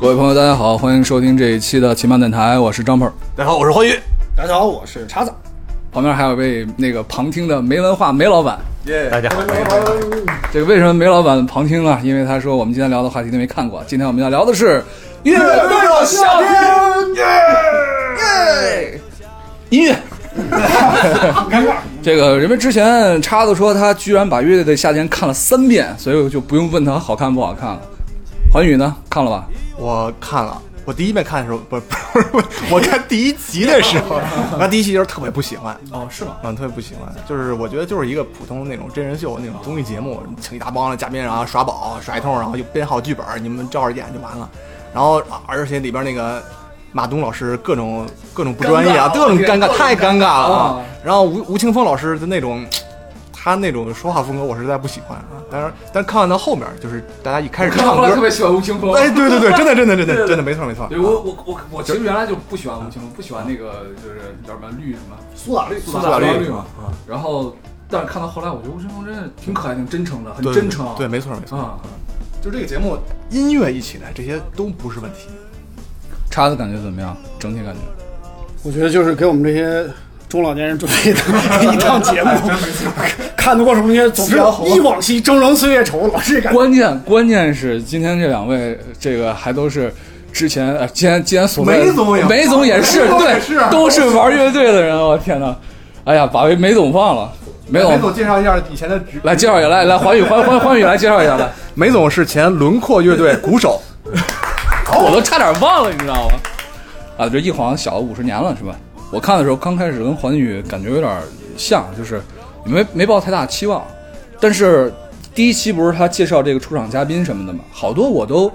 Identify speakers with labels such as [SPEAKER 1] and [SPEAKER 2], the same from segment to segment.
[SPEAKER 1] 各位朋友，大家好，欢迎收听这一期的奇漫电台，我是张鹏。
[SPEAKER 2] 大家好，我是欢愉。
[SPEAKER 3] 大家好，我是叉子。
[SPEAKER 1] 旁边还有位那个旁听的没文化梅老板。
[SPEAKER 2] 大家好，
[SPEAKER 1] 这个为什么梅老板旁听呢？因为他说我们今天聊的话题他没看过。今天我们要聊的是乐队的夏天，耶！音 乐。这个，因为之前叉子说他居然把《乐队的夏天》看了三遍，所以我就不用问他好看不好看了。环宇呢，看了吧？
[SPEAKER 2] 我看了，我第一遍看的时候，不是不是不是，我看第一集的时 候，那第一集就是特别不喜欢，
[SPEAKER 1] 哦，是吗？
[SPEAKER 2] 嗯，特别不喜欢，就是我觉得就是一个普通的那种真人秀那种综艺节目，请一大帮的嘉宾，然后啊耍宝耍一通，然后就编好剧本，你们照着演 就完了。然后而且里边那个马东老师各种各种不专业啊，
[SPEAKER 1] 尴尬
[SPEAKER 2] 各种尴
[SPEAKER 1] 我
[SPEAKER 2] 尬，
[SPEAKER 1] 天
[SPEAKER 2] 太尴尬了
[SPEAKER 1] 啊
[SPEAKER 2] 啊。然后吴吴青峰老师的那种。他那种说话风格我实在不喜欢啊，但是但是看到后面就是大家一开始唱歌，
[SPEAKER 1] 别喜欢吴青峰
[SPEAKER 2] 哎，对对对，真的真的真
[SPEAKER 1] 对对
[SPEAKER 2] 的
[SPEAKER 1] 对
[SPEAKER 2] 真的没错没错
[SPEAKER 1] 对，我我我我其实原来就不喜欢吴青峰，不喜欢那个就是叫什么绿什么
[SPEAKER 3] 苏打绿，
[SPEAKER 1] 苏
[SPEAKER 2] 打绿
[SPEAKER 1] 绿嘛。然后，但是看到后来，我觉得吴青峰真的挺可爱、挺真诚的，很
[SPEAKER 2] 对
[SPEAKER 1] 真诚。
[SPEAKER 2] 对，没错没错。
[SPEAKER 1] 啊。
[SPEAKER 2] 就这个节目，音乐一起来，这些都不是问题。
[SPEAKER 1] 叉子感觉怎么样？整体感觉？
[SPEAKER 3] 我觉得就是给我们这些中老年人准备的一档节目， 看得过什么些，总之忆往昔峥嵘岁月稠，老是感觉。
[SPEAKER 1] 关键关键是今天这两位，这个还都是之前呃，既然既然所谓
[SPEAKER 2] 梅总也
[SPEAKER 1] 梅总也是
[SPEAKER 2] 梅总也
[SPEAKER 1] 对，
[SPEAKER 2] 是啊
[SPEAKER 1] 都是玩乐队的人，啊我天哪！哎呀，把梅总忘了，梅
[SPEAKER 2] 梅
[SPEAKER 1] 总
[SPEAKER 2] 总介绍一下以前的职
[SPEAKER 1] 来介绍一下，来来，环宇环环环宇来介绍一下来，
[SPEAKER 2] 梅总是前轮廓乐队鼓 手，
[SPEAKER 1] 我都差点忘了，你知道吗？啊，这一晃小了五十年了，是吧？我看的时候，刚开始跟环宇感觉有点像，就是没没抱太大期望。但是第一期不是他介绍这个出场嘉宾什么的吗？好多我都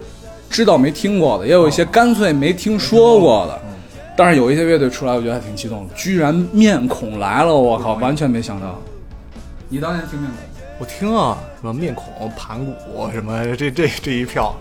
[SPEAKER 1] 知道没听过的，也有一些干脆哦没听说嗯过的。但是有一些乐队出来，我觉得还挺激动的，居然面孔来了，我靠，完全没想到。你当年听面孔？
[SPEAKER 2] 我听啊，什么面孔、盘古，什么这这这一票。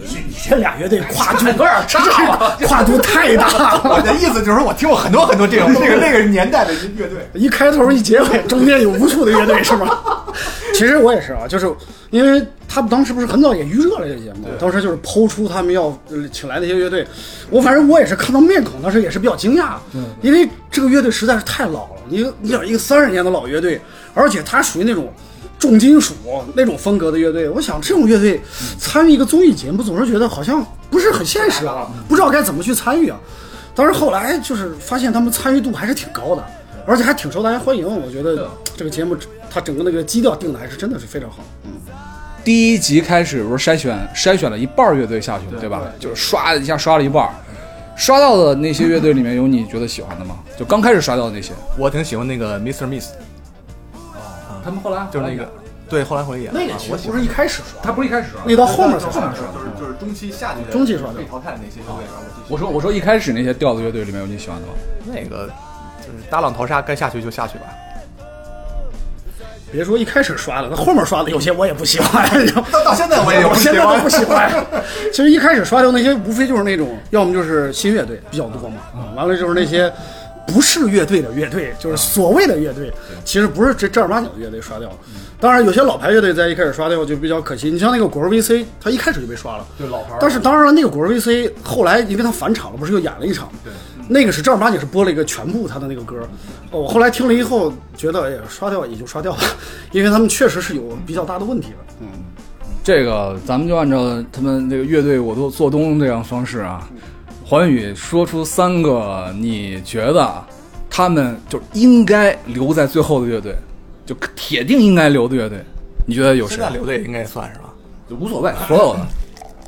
[SPEAKER 3] 你这俩乐队跨度有点 大，跨度太大了。
[SPEAKER 2] 我的意思就是，我听过很多很多 这种这个那个年代的乐队。
[SPEAKER 3] 一开头一结尾，中间有无数的乐队是吗？ 其实我也是啊，就是因为他们当时不是很早也预热了这个节目，当时就是抛出他们要呃请来的一些乐队，我反正我也是看到面孔，当时也是比较惊讶，因为这个乐队实在是太老了，你你想一个三十年的老乐队，而且它属于那种。重金属那种风格的乐队，我想这种乐队参与一个综艺节目，总是觉得好像不是很现实啊，不知道该怎么去参与啊。当然后来就是发现他们参与度还是挺高的，而且还挺受大家欢迎。我觉得这个节目它整个那个基调定的还是真的是非常好。
[SPEAKER 1] 第一集开始不是筛选筛选了一半儿乐队下去，对吧？就是刷一下刷了一半儿，刷到的那些乐队里面有你觉得喜欢的吗？就刚开始刷到的那些，
[SPEAKER 2] 我挺喜欢那个 Mr. Miss，
[SPEAKER 1] 他们后来
[SPEAKER 2] 就是那个，对，后来回演啊我喜
[SPEAKER 3] 不
[SPEAKER 2] 欢
[SPEAKER 3] 是一开始
[SPEAKER 1] 啊
[SPEAKER 3] 说，
[SPEAKER 1] 他不是一开始刷啊
[SPEAKER 3] 那到后面才
[SPEAKER 1] 刷的
[SPEAKER 2] 就是就是中期下去的
[SPEAKER 3] 中期哦刷的
[SPEAKER 2] 被淘汰的那些乐队，然后我就
[SPEAKER 1] 我说我说一开始那些调子乐队里面有你喜欢的吗？
[SPEAKER 2] 那个就是大浪淘沙，该下去就下去吧。
[SPEAKER 3] 别说一开始刷了，那后面刷的有些我也不喜欢。
[SPEAKER 2] 到到现在我也有
[SPEAKER 3] 我
[SPEAKER 2] 不喜
[SPEAKER 3] 现在都
[SPEAKER 2] 欢
[SPEAKER 3] 不喜欢。 其实一开始刷掉那些，无非就是那种，要么就是新乐队比较多嘛，
[SPEAKER 2] 嗯
[SPEAKER 3] 啊完了就是那些不是乐队的乐队，就是所谓的乐队，
[SPEAKER 2] 嗯
[SPEAKER 3] 其实不是这正儿八经的乐队刷掉了。当然，有些老牌乐队在一开始刷掉就比较可惜。你像那个果儿 VC，他一开始就被刷了，
[SPEAKER 1] 对老牌
[SPEAKER 3] 但是当然了，那个果儿 VC 后来因为他返场了，不是又演了一场吗？那个是正儿八经是播了一个全部他的那个歌。哦我后来听了以后，觉得哎呀，刷掉也就刷掉了，因为他们确实是有比较大的问题了。嗯，
[SPEAKER 1] 这个咱们就按照他们这个乐队我都做东这样方式啊，环宇说出三个你觉得他们就应该留在最后的乐队，就铁定应该留的乐队，你觉得有
[SPEAKER 2] 现
[SPEAKER 1] 谁
[SPEAKER 2] 在？留队应该算是吧？
[SPEAKER 1] 就无所谓，所有的。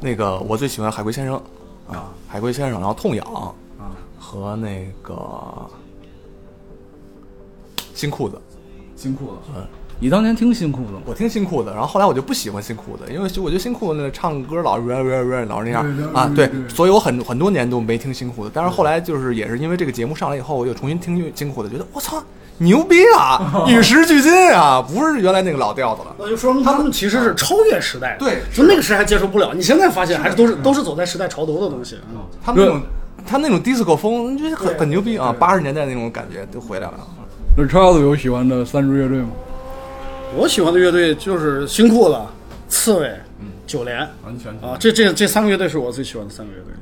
[SPEAKER 2] 那个我最喜欢海龟先生啊，海龟先生，然后痛痒和那个新裤子。
[SPEAKER 1] 新裤子，嗯你当年听新裤子吗？
[SPEAKER 2] 我听新裤子，然后后来我就不喜欢新裤子，因为就我觉得新裤子那个唱歌老是 rap rap rap 老是那样啊，对，所以我很很多年都没听新裤子。但是后来就是也是因为这个节目上来以后，我又重新听新裤子，觉得我操牛逼 啊，与时俱进啊，不是原来那个老调子了。
[SPEAKER 3] 那就说明他们其实是超越时代的，
[SPEAKER 2] 对
[SPEAKER 3] 就那个时代还接受不了，你现在发现还是都是都是走在时代潮流的东西。嗯
[SPEAKER 2] 他们那种他们那种 disco 风，就是很
[SPEAKER 3] 对
[SPEAKER 2] 很牛逼啊，八十年代那种感觉都回来了。啊
[SPEAKER 1] 那 Charles 有喜欢的三支乐队吗？
[SPEAKER 3] 我喜欢的乐队就是新裤子、刺猬、九连
[SPEAKER 4] 完全
[SPEAKER 3] 啊，这这这三个乐队是我最喜欢的三个乐队。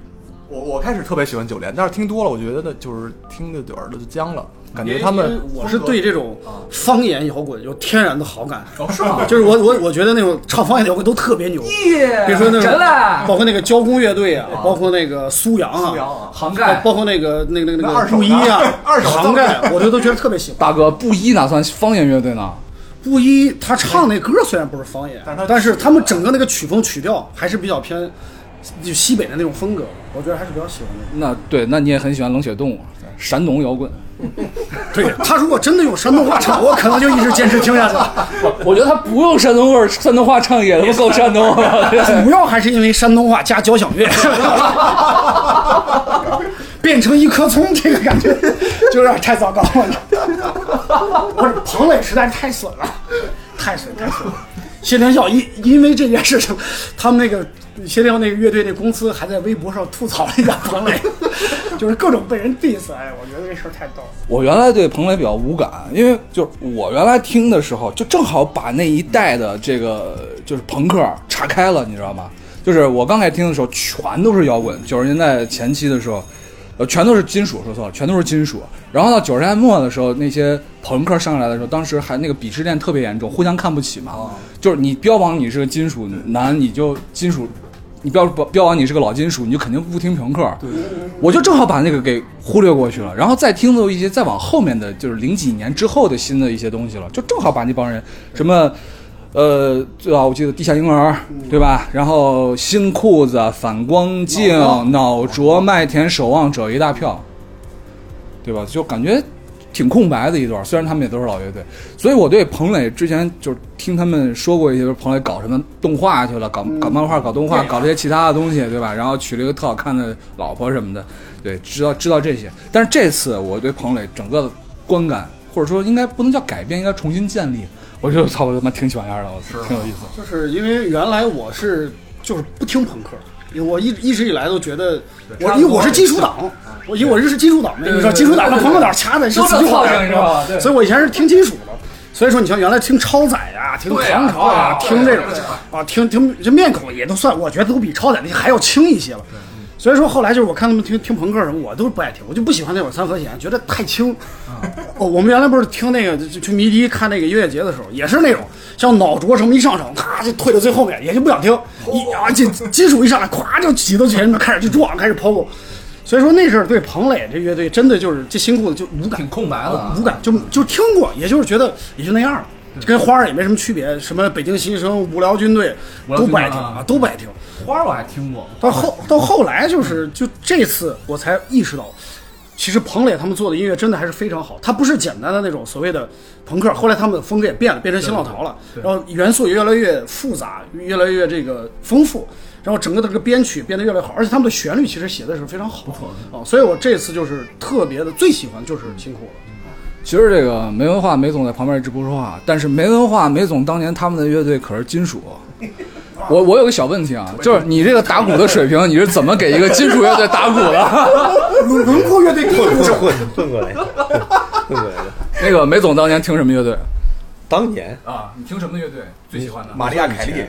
[SPEAKER 2] 我我开始特别喜欢九连，但是听多了，我觉得就是听的耳朵就僵了，感觉
[SPEAKER 4] 也
[SPEAKER 2] 他们
[SPEAKER 4] 也
[SPEAKER 3] 我是对这种方言摇滚有天然的好感，
[SPEAKER 4] 哦是吗？
[SPEAKER 3] 就是我我我觉得那种唱方言摇滚都特别牛，比如说那
[SPEAKER 4] 真
[SPEAKER 3] 种
[SPEAKER 1] 啊
[SPEAKER 4] 了，
[SPEAKER 3] 包括那个交工乐队啊，包括那个苏阳
[SPEAKER 2] 苏阳啊
[SPEAKER 3] 啊，
[SPEAKER 4] 杭
[SPEAKER 3] 包
[SPEAKER 4] 盖
[SPEAKER 3] 包括那个那个那个
[SPEAKER 2] 那
[SPEAKER 3] 那
[SPEAKER 2] 二
[SPEAKER 3] 个
[SPEAKER 2] 手
[SPEAKER 3] 布衣啊
[SPEAKER 2] 的，二手的
[SPEAKER 3] 杭盖，我就都觉得特别喜欢。
[SPEAKER 1] 大哥，布衣哪算方言乐队呢？
[SPEAKER 3] 布衣他唱那歌虽然不是方言
[SPEAKER 2] 但是他，
[SPEAKER 3] 但是他们整个那个曲风曲调还是比较偏就西北的那种风格，我觉得还是比较喜欢的。
[SPEAKER 1] 那对，那你也很喜欢冷血动物，山东摇滚。
[SPEAKER 3] 对他如果真的用山东话唱，我可能就一直坚持听下去。
[SPEAKER 1] 我觉得他不用山东味儿，山东话唱也他妈够山东啊 了。
[SPEAKER 3] 主要还是因为山东话加交响乐，变成一棵葱，这个感觉就有点太糟糕了。不是彭磊实在是太损了，太损太损了。谢天笑因因为这件事情，他们那个谢天笑那个乐队那公司还在微博上吐槽了一下彭磊，就是各种被人 diss。哎，我觉得这事儿太逗了。
[SPEAKER 1] 我原来对彭磊比较无感，因为就是我原来听的时候，就正好把那一代的这个就是朋克岔开了，你知道吗？就是我刚开始听的时候，全都是摇滚，九十年代前期的时候，呃，全都是金属，说错了，全都是金属。然后到九十年代末的时候，那些朋克上来的时候，当时还那个鄙视链特别严重，互相看不起嘛，就是你标榜你是个金属男，你就金属。你标标榜你是个老金属，你就肯定不听朋克。对，我就正好把那个给忽略过去了，然后再听到一些再往后面的就是零几年之后的新的一些东西了，就正好把那帮人什么。呃，最早我记得地下婴儿，对吧？然后新裤子、反光镜、脑浊、麦田守望者一大票，对吧？就感觉挺空白的一段，虽然他们也都是老乐队，所以我对彭磊之前就是听他们说过一些，就是彭磊搞什么动画去了，搞
[SPEAKER 4] 嗯
[SPEAKER 1] 搞漫画、搞动画、搞这些其他的东西，对吧？然后娶了一个特好看的老婆什么的，对，知道知道这些。但是这次我对彭磊整个的观感，或者说应该不能叫改变，应该重新建立。我就操，我他妈挺喜欢样的，我
[SPEAKER 4] 啊
[SPEAKER 1] 操，挺有意思。
[SPEAKER 3] 就是因为原来我是就是不听朋克，因为我一一直以来都觉得我
[SPEAKER 4] 差不
[SPEAKER 3] 因为
[SPEAKER 4] 多啊
[SPEAKER 3] 我是基础党，我因为我这是基础党的，你知道基础党和朋克党掐的是死句话
[SPEAKER 1] 都是操性是吧对
[SPEAKER 3] 所以我以前是听金属的。所以说，你像原来听超载呀、听唐朝呀、
[SPEAKER 4] 对啊
[SPEAKER 3] 听这种
[SPEAKER 4] 对啊
[SPEAKER 3] 啊，听听这面孔也都算，我觉得都比超载那些还要轻一些了。
[SPEAKER 4] 嗯
[SPEAKER 3] 所以说后来就是我看他们听听朋克什么，我都不爱听，我就不喜欢那种三和弦，觉得太轻。
[SPEAKER 4] 啊
[SPEAKER 3] 哦，我们原来不是听那个就就去迷笛看那个音乐节的时候，也是那种像脑浊什么一上场，咔就退到最后面，也就不想
[SPEAKER 4] 哦
[SPEAKER 3] 听。一啊，金金属一上来，咵就挤到前面开始就撞，开始抛 o 所以说那阵儿对彭磊这乐队真的就是这新裤子就无感哦
[SPEAKER 4] 挺，空白了啊
[SPEAKER 3] 无。感就就听过，也就是觉得也就那样了，跟花儿也没什么区别。什么北京新生、无聊军队
[SPEAKER 4] 无聊
[SPEAKER 3] 都
[SPEAKER 4] 军
[SPEAKER 3] 不
[SPEAKER 4] 队
[SPEAKER 3] 爱听
[SPEAKER 4] 啊
[SPEAKER 3] 啊，都不爱听。
[SPEAKER 4] 花儿我还听过，
[SPEAKER 3] 到后到后来就是就这次我才意识到，其实彭磊他们做的音乐真的还是非常好，他不是简单的那种所谓的朋克。后来他们的风格也变了，变成新浪潮了，然后元素也越来越复杂，越来越这个丰富。然后整个的这个编曲变得越来越好，而且他们的旋律其实写的是非常好，啊，所以我这次就是特别的最喜欢就是辛苦了，
[SPEAKER 1] 其实这个没文化，梅总在旁边一直不说话，但是没文化，梅总当年他们的乐队可是金属。我我有个小问题啊，就是你这个打鼓的水平，你是怎么给一个金属乐队打鼓的？
[SPEAKER 3] 轮廓乐队第 一
[SPEAKER 5] 混混 混混过来的，混过来的。
[SPEAKER 1] 那个梅总当年听什么乐队
[SPEAKER 5] 当年
[SPEAKER 1] 啊？你听什么乐队最喜欢的？
[SPEAKER 2] 玛利亚凯莉，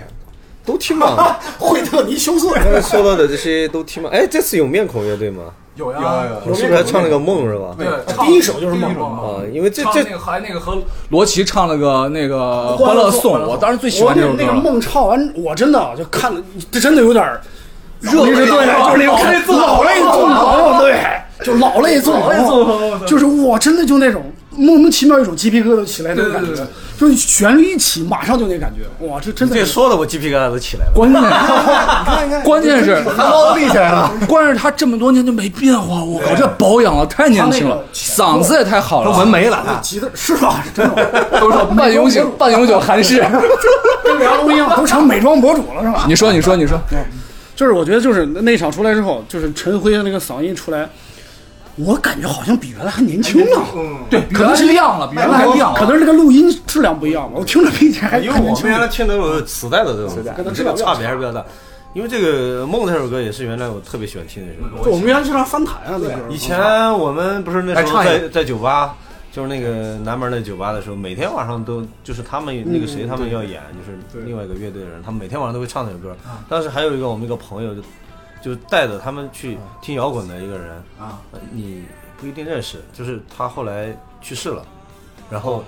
[SPEAKER 5] 都听 嘛，
[SPEAKER 3] 惠特尼休斯
[SPEAKER 5] 刚才说到的这些都听嘛。哎，这次有面孔乐队吗？
[SPEAKER 1] 有呀，
[SPEAKER 5] 我是不是还唱了个梦是吧？
[SPEAKER 1] 对
[SPEAKER 3] 第一首就是梦龙
[SPEAKER 5] 啊，因为这
[SPEAKER 1] 唱
[SPEAKER 5] 这
[SPEAKER 1] 那个还那个和罗琦唱了个那个《
[SPEAKER 3] 欢
[SPEAKER 1] 欢
[SPEAKER 3] 乐
[SPEAKER 1] 乐
[SPEAKER 3] 颂
[SPEAKER 1] 颂》，我当时最喜
[SPEAKER 3] 我
[SPEAKER 1] 欢这
[SPEAKER 3] 那
[SPEAKER 1] 首歌
[SPEAKER 3] 那个
[SPEAKER 1] 了。
[SPEAKER 3] 梦唱完，我真的就看了，这真的有点儿热
[SPEAKER 1] 泪
[SPEAKER 3] 对，就是那种
[SPEAKER 1] 老泪纵横
[SPEAKER 3] 老泪纵横，对，就老泪纵
[SPEAKER 4] 老泪纵横我
[SPEAKER 3] 横，
[SPEAKER 4] 操
[SPEAKER 3] 就是我真的就那种莫名其妙一种鸡皮疙瘩起来那种感
[SPEAKER 4] 对
[SPEAKER 3] 觉
[SPEAKER 4] 对，
[SPEAKER 3] 就是旋律一起马上就那感觉，哇，这真的
[SPEAKER 5] 这
[SPEAKER 3] 是。
[SPEAKER 5] 说的我鸡皮疙瘩都起来了。
[SPEAKER 1] 关键，关键是，
[SPEAKER 2] 都立起来了。
[SPEAKER 1] 关键是他这么多年就没变化，我靠，这保养了太年轻
[SPEAKER 3] 他那
[SPEAKER 1] 了
[SPEAKER 3] 个，
[SPEAKER 1] 嗓子也太好了，
[SPEAKER 2] 纹没 了，啊
[SPEAKER 3] 吉他是吧？是真 的，
[SPEAKER 1] 都 说半永久，半永久韩 式。
[SPEAKER 3] 跟梁龙一样，都成美妆博主了是吧？
[SPEAKER 1] 你说，你说，你说，
[SPEAKER 3] 就是我觉得就是那那场出来之后，就是陈辉的那个嗓音出来，我感觉好像比原来还年轻呢。
[SPEAKER 1] 对，可能是亮了，比原来还亮
[SPEAKER 3] 可
[SPEAKER 1] 了。
[SPEAKER 3] 能是那个录音质量不一样吧，我听着比以前还
[SPEAKER 5] 因为啊哎我
[SPEAKER 3] 年
[SPEAKER 5] 们
[SPEAKER 3] 轻。
[SPEAKER 5] 原来听的都是磁带的这种，
[SPEAKER 3] 可能质
[SPEAKER 5] 这
[SPEAKER 3] 量比
[SPEAKER 5] 个
[SPEAKER 3] 较
[SPEAKER 5] 差别还是比较大。因为这个《梦》这首歌也是原来我特别喜欢听的一首歌。
[SPEAKER 3] 就我们原来经常翻盘啊，那歌儿。
[SPEAKER 5] 以前我们不是那时候
[SPEAKER 2] 哎唱一
[SPEAKER 5] 在
[SPEAKER 2] 个
[SPEAKER 5] 在酒吧，就是那个南门那酒吧的时候，每天晚上都就是他们那个
[SPEAKER 2] 嗯
[SPEAKER 5] 谁他们要演，就是另外一个乐队的人，他们每天晚上都会唱那首歌。
[SPEAKER 2] 啊
[SPEAKER 5] 当时还有一个我们一个朋友就就带着他们去
[SPEAKER 2] 啊
[SPEAKER 5] 听摇滚的一个人，
[SPEAKER 4] 啊，
[SPEAKER 5] 呃你不一定认识，就是他后来去世了，然后。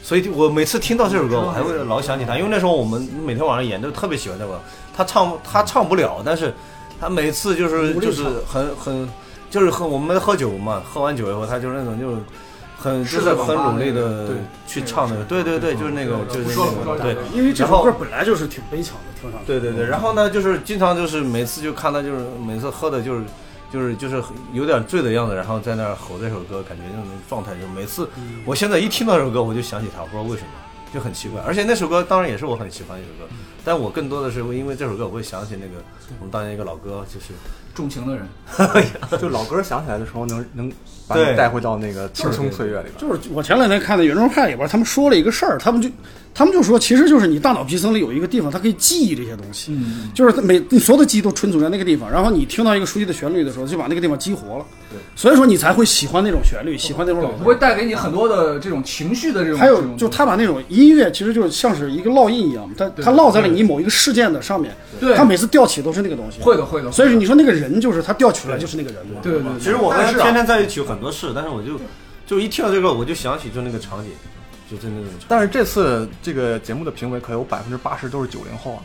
[SPEAKER 5] 所以我每次听到这首歌，
[SPEAKER 2] 嗯
[SPEAKER 5] 我还会老想起他，因为那时候我们每天晚上演，都特别喜欢这首歌。他唱他唱不了，但是他每次就是就是很很就是很我们喝酒嘛，喝完酒以后，他就是那种就是很就是是
[SPEAKER 2] 在
[SPEAKER 5] 很
[SPEAKER 2] 网吧
[SPEAKER 5] 努力
[SPEAKER 2] 那个
[SPEAKER 5] 的
[SPEAKER 2] 对
[SPEAKER 5] 去唱那个，对对对，就是那个就是
[SPEAKER 2] 不说了不
[SPEAKER 5] 那
[SPEAKER 2] 说
[SPEAKER 5] 个
[SPEAKER 2] 了
[SPEAKER 5] 对。
[SPEAKER 3] 因为这
[SPEAKER 5] 然
[SPEAKER 3] 首
[SPEAKER 5] 后
[SPEAKER 3] 歌本来就是挺悲惨的，听上去。
[SPEAKER 5] 对对对，然后呢，就是经常就是每次就看他就是每次喝的就是就是就是有点醉的样子，然后在那儿吼这首歌，感觉那种状态就每次我现在一听到这首歌，我就想起他，我不知道为什么。就很奇怪，而且那首歌当然也是我很喜欢的一首歌，但我更多的是因为这首歌，我会想起那个我们当年一个老哥，就是
[SPEAKER 4] 重情的人，
[SPEAKER 2] 就老歌想起来的时候能，能把
[SPEAKER 5] 对
[SPEAKER 2] 你带回到那个青葱岁月里边。
[SPEAKER 3] 就是我前两天看的《圆桌派》里边，他们说了一个事儿，他们就他们就说，其实就是你大脑皮层里有一个地方，它可以记忆这些东西，
[SPEAKER 5] 嗯
[SPEAKER 3] 就是每你所有的记忆都存储在那个地方，然后你听到一个熟悉的旋律的时候，就把那个地方激活了，所以说你才会喜欢那种旋律，喜欢那种老
[SPEAKER 4] 不
[SPEAKER 3] 歌。
[SPEAKER 4] 会带给你很多的这种情绪的这种。
[SPEAKER 3] 还
[SPEAKER 4] 这
[SPEAKER 3] 有，
[SPEAKER 4] 种
[SPEAKER 3] 就他把那种音乐，其实就像是一个烙印一样，它它烙在了你某一个事件的上面，
[SPEAKER 4] 对
[SPEAKER 3] 它每次调起都是那个东西。
[SPEAKER 4] 会的会的，
[SPEAKER 3] 所以说你说那个人就是他调取出来就是那个人嘛。
[SPEAKER 4] 对对对，
[SPEAKER 5] 其实我
[SPEAKER 4] 但
[SPEAKER 5] 们
[SPEAKER 4] 是啊
[SPEAKER 5] 天天在一起有很多事，但是我就就一听到这个，我就想起就那个场景，就是那种场景。
[SPEAKER 2] 但是这次这个节目的评委可有百分之八十都是九零后啊，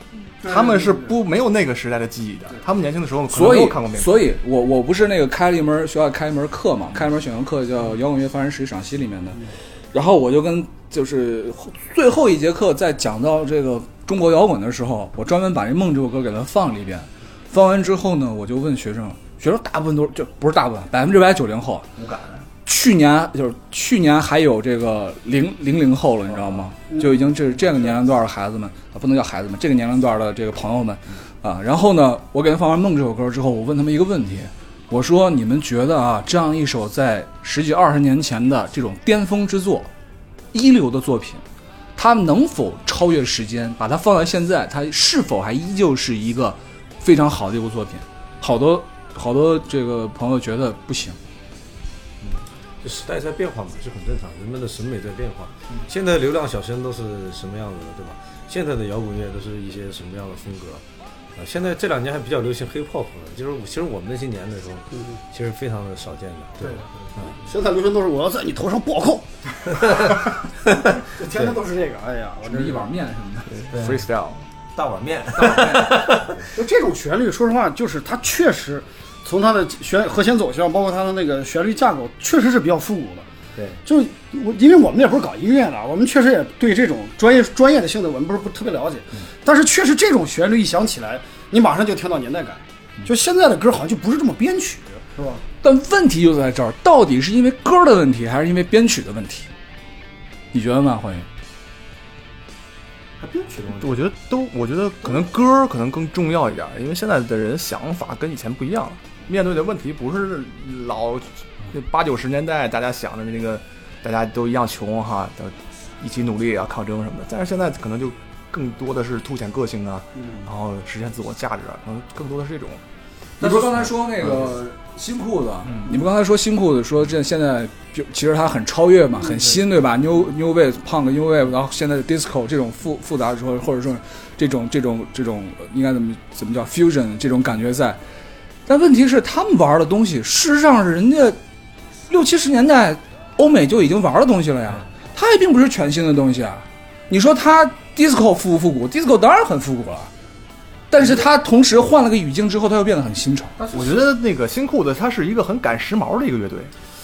[SPEAKER 2] 他们是不没有那个时代的记忆的，他们年轻的时候可能
[SPEAKER 1] 所
[SPEAKER 2] 没有
[SPEAKER 1] 以
[SPEAKER 2] 看过，那个。
[SPEAKER 1] 所以我我不是那个开了一门学校开一门课嘛，开一门选修课叫《摇滚乐发展史与赏析》里面的，
[SPEAKER 4] 嗯
[SPEAKER 1] 然后我就跟就是最后一节课在讲到这个中国摇滚的时候，我专门把这《梦》这首歌给它放了一遍，放完之后呢，我就问学生，学生大部分都是就不是大部分，百分之百九零后，
[SPEAKER 4] 无感。
[SPEAKER 1] 去年就是去年还有这个零零零后了，你知道吗？就已经这这个年龄段的孩子们啊，不能叫孩子们，这个年龄段的这个朋友们啊。然后呢，我给他放完《梦》这首歌之后，我问他们一个问题，我说你们觉得啊，这样一首在十几二十年前的这种巅峰之作，一流的作品，它能否超越时间？把它放到现在，它是否还依旧是一个非常好的一部作品？好多好多这个朋友觉得不行。
[SPEAKER 5] 这时代在变化嘛，是很正常，人们的审美在变化。现在流量小生都是什么样子的，对吧？现在的摇滚乐都是一些什么样的风格？啊、现在这两年还比较流行 hip hop 了，就是我其实我们那些年的时候，其实非常的少见的，嗯对吧？
[SPEAKER 3] 现在流行都是我要在你头上 暴扣， 这天天都是这个。哎呀，我
[SPEAKER 4] 什么一碗面什么的，
[SPEAKER 2] freestyle，
[SPEAKER 5] 大碗面，
[SPEAKER 3] 就这种旋律，说实话，就是它确实从它的旋和弦走向，包括它的那个旋律架构，确实是比较复古的。
[SPEAKER 5] 对，
[SPEAKER 3] 就我因为我们也不是搞音乐的，我们确实也对这种专业专业的性的，我们不是不特别了解，
[SPEAKER 4] 嗯
[SPEAKER 3] 但是确实这种旋律一响起来，你马上就听到年代感。
[SPEAKER 4] 嗯
[SPEAKER 3] 就现在的歌好像就不是这么编曲，是吧？
[SPEAKER 1] 但问题就在这儿，到底是因为歌的问题，还是因为编曲的问题？你觉得呢，欢迎？
[SPEAKER 5] 还编曲的问题。
[SPEAKER 2] 我觉得都，我觉得可能歌儿可能更重要一点，因为现在的人想法跟以前不一样了，面对的问题不是老那八九十年代大家想的那个，大家都一样穷哈，都一起努力啊，抗争什么的。但是现在可能就更多的是凸显个性啊，
[SPEAKER 5] 嗯
[SPEAKER 2] 然后实现自我价值啊，可能更多的是一种
[SPEAKER 1] 你不是嗯刚才说那个新裤子？你们刚才说新裤子，说这现在就其实它很超越嘛，很新嗯对吧？New New Wave、Punk、New Wave，然后现在的 Disco 这种复复杂之后，或者说这种这种这种呃应该怎么怎么叫 Fusion 这种感觉在。但问题是，他们玩的东西，事实上是人家六七十年代欧美就已经玩的东西了呀，它也并不是全新的东西啊。你说它 disco 复不复古？disco 当然很复古了，但是它同时换了个语境之后，它又变得很新潮。
[SPEAKER 2] 我觉得那个新裤子它是一个很赶时髦的一个乐队，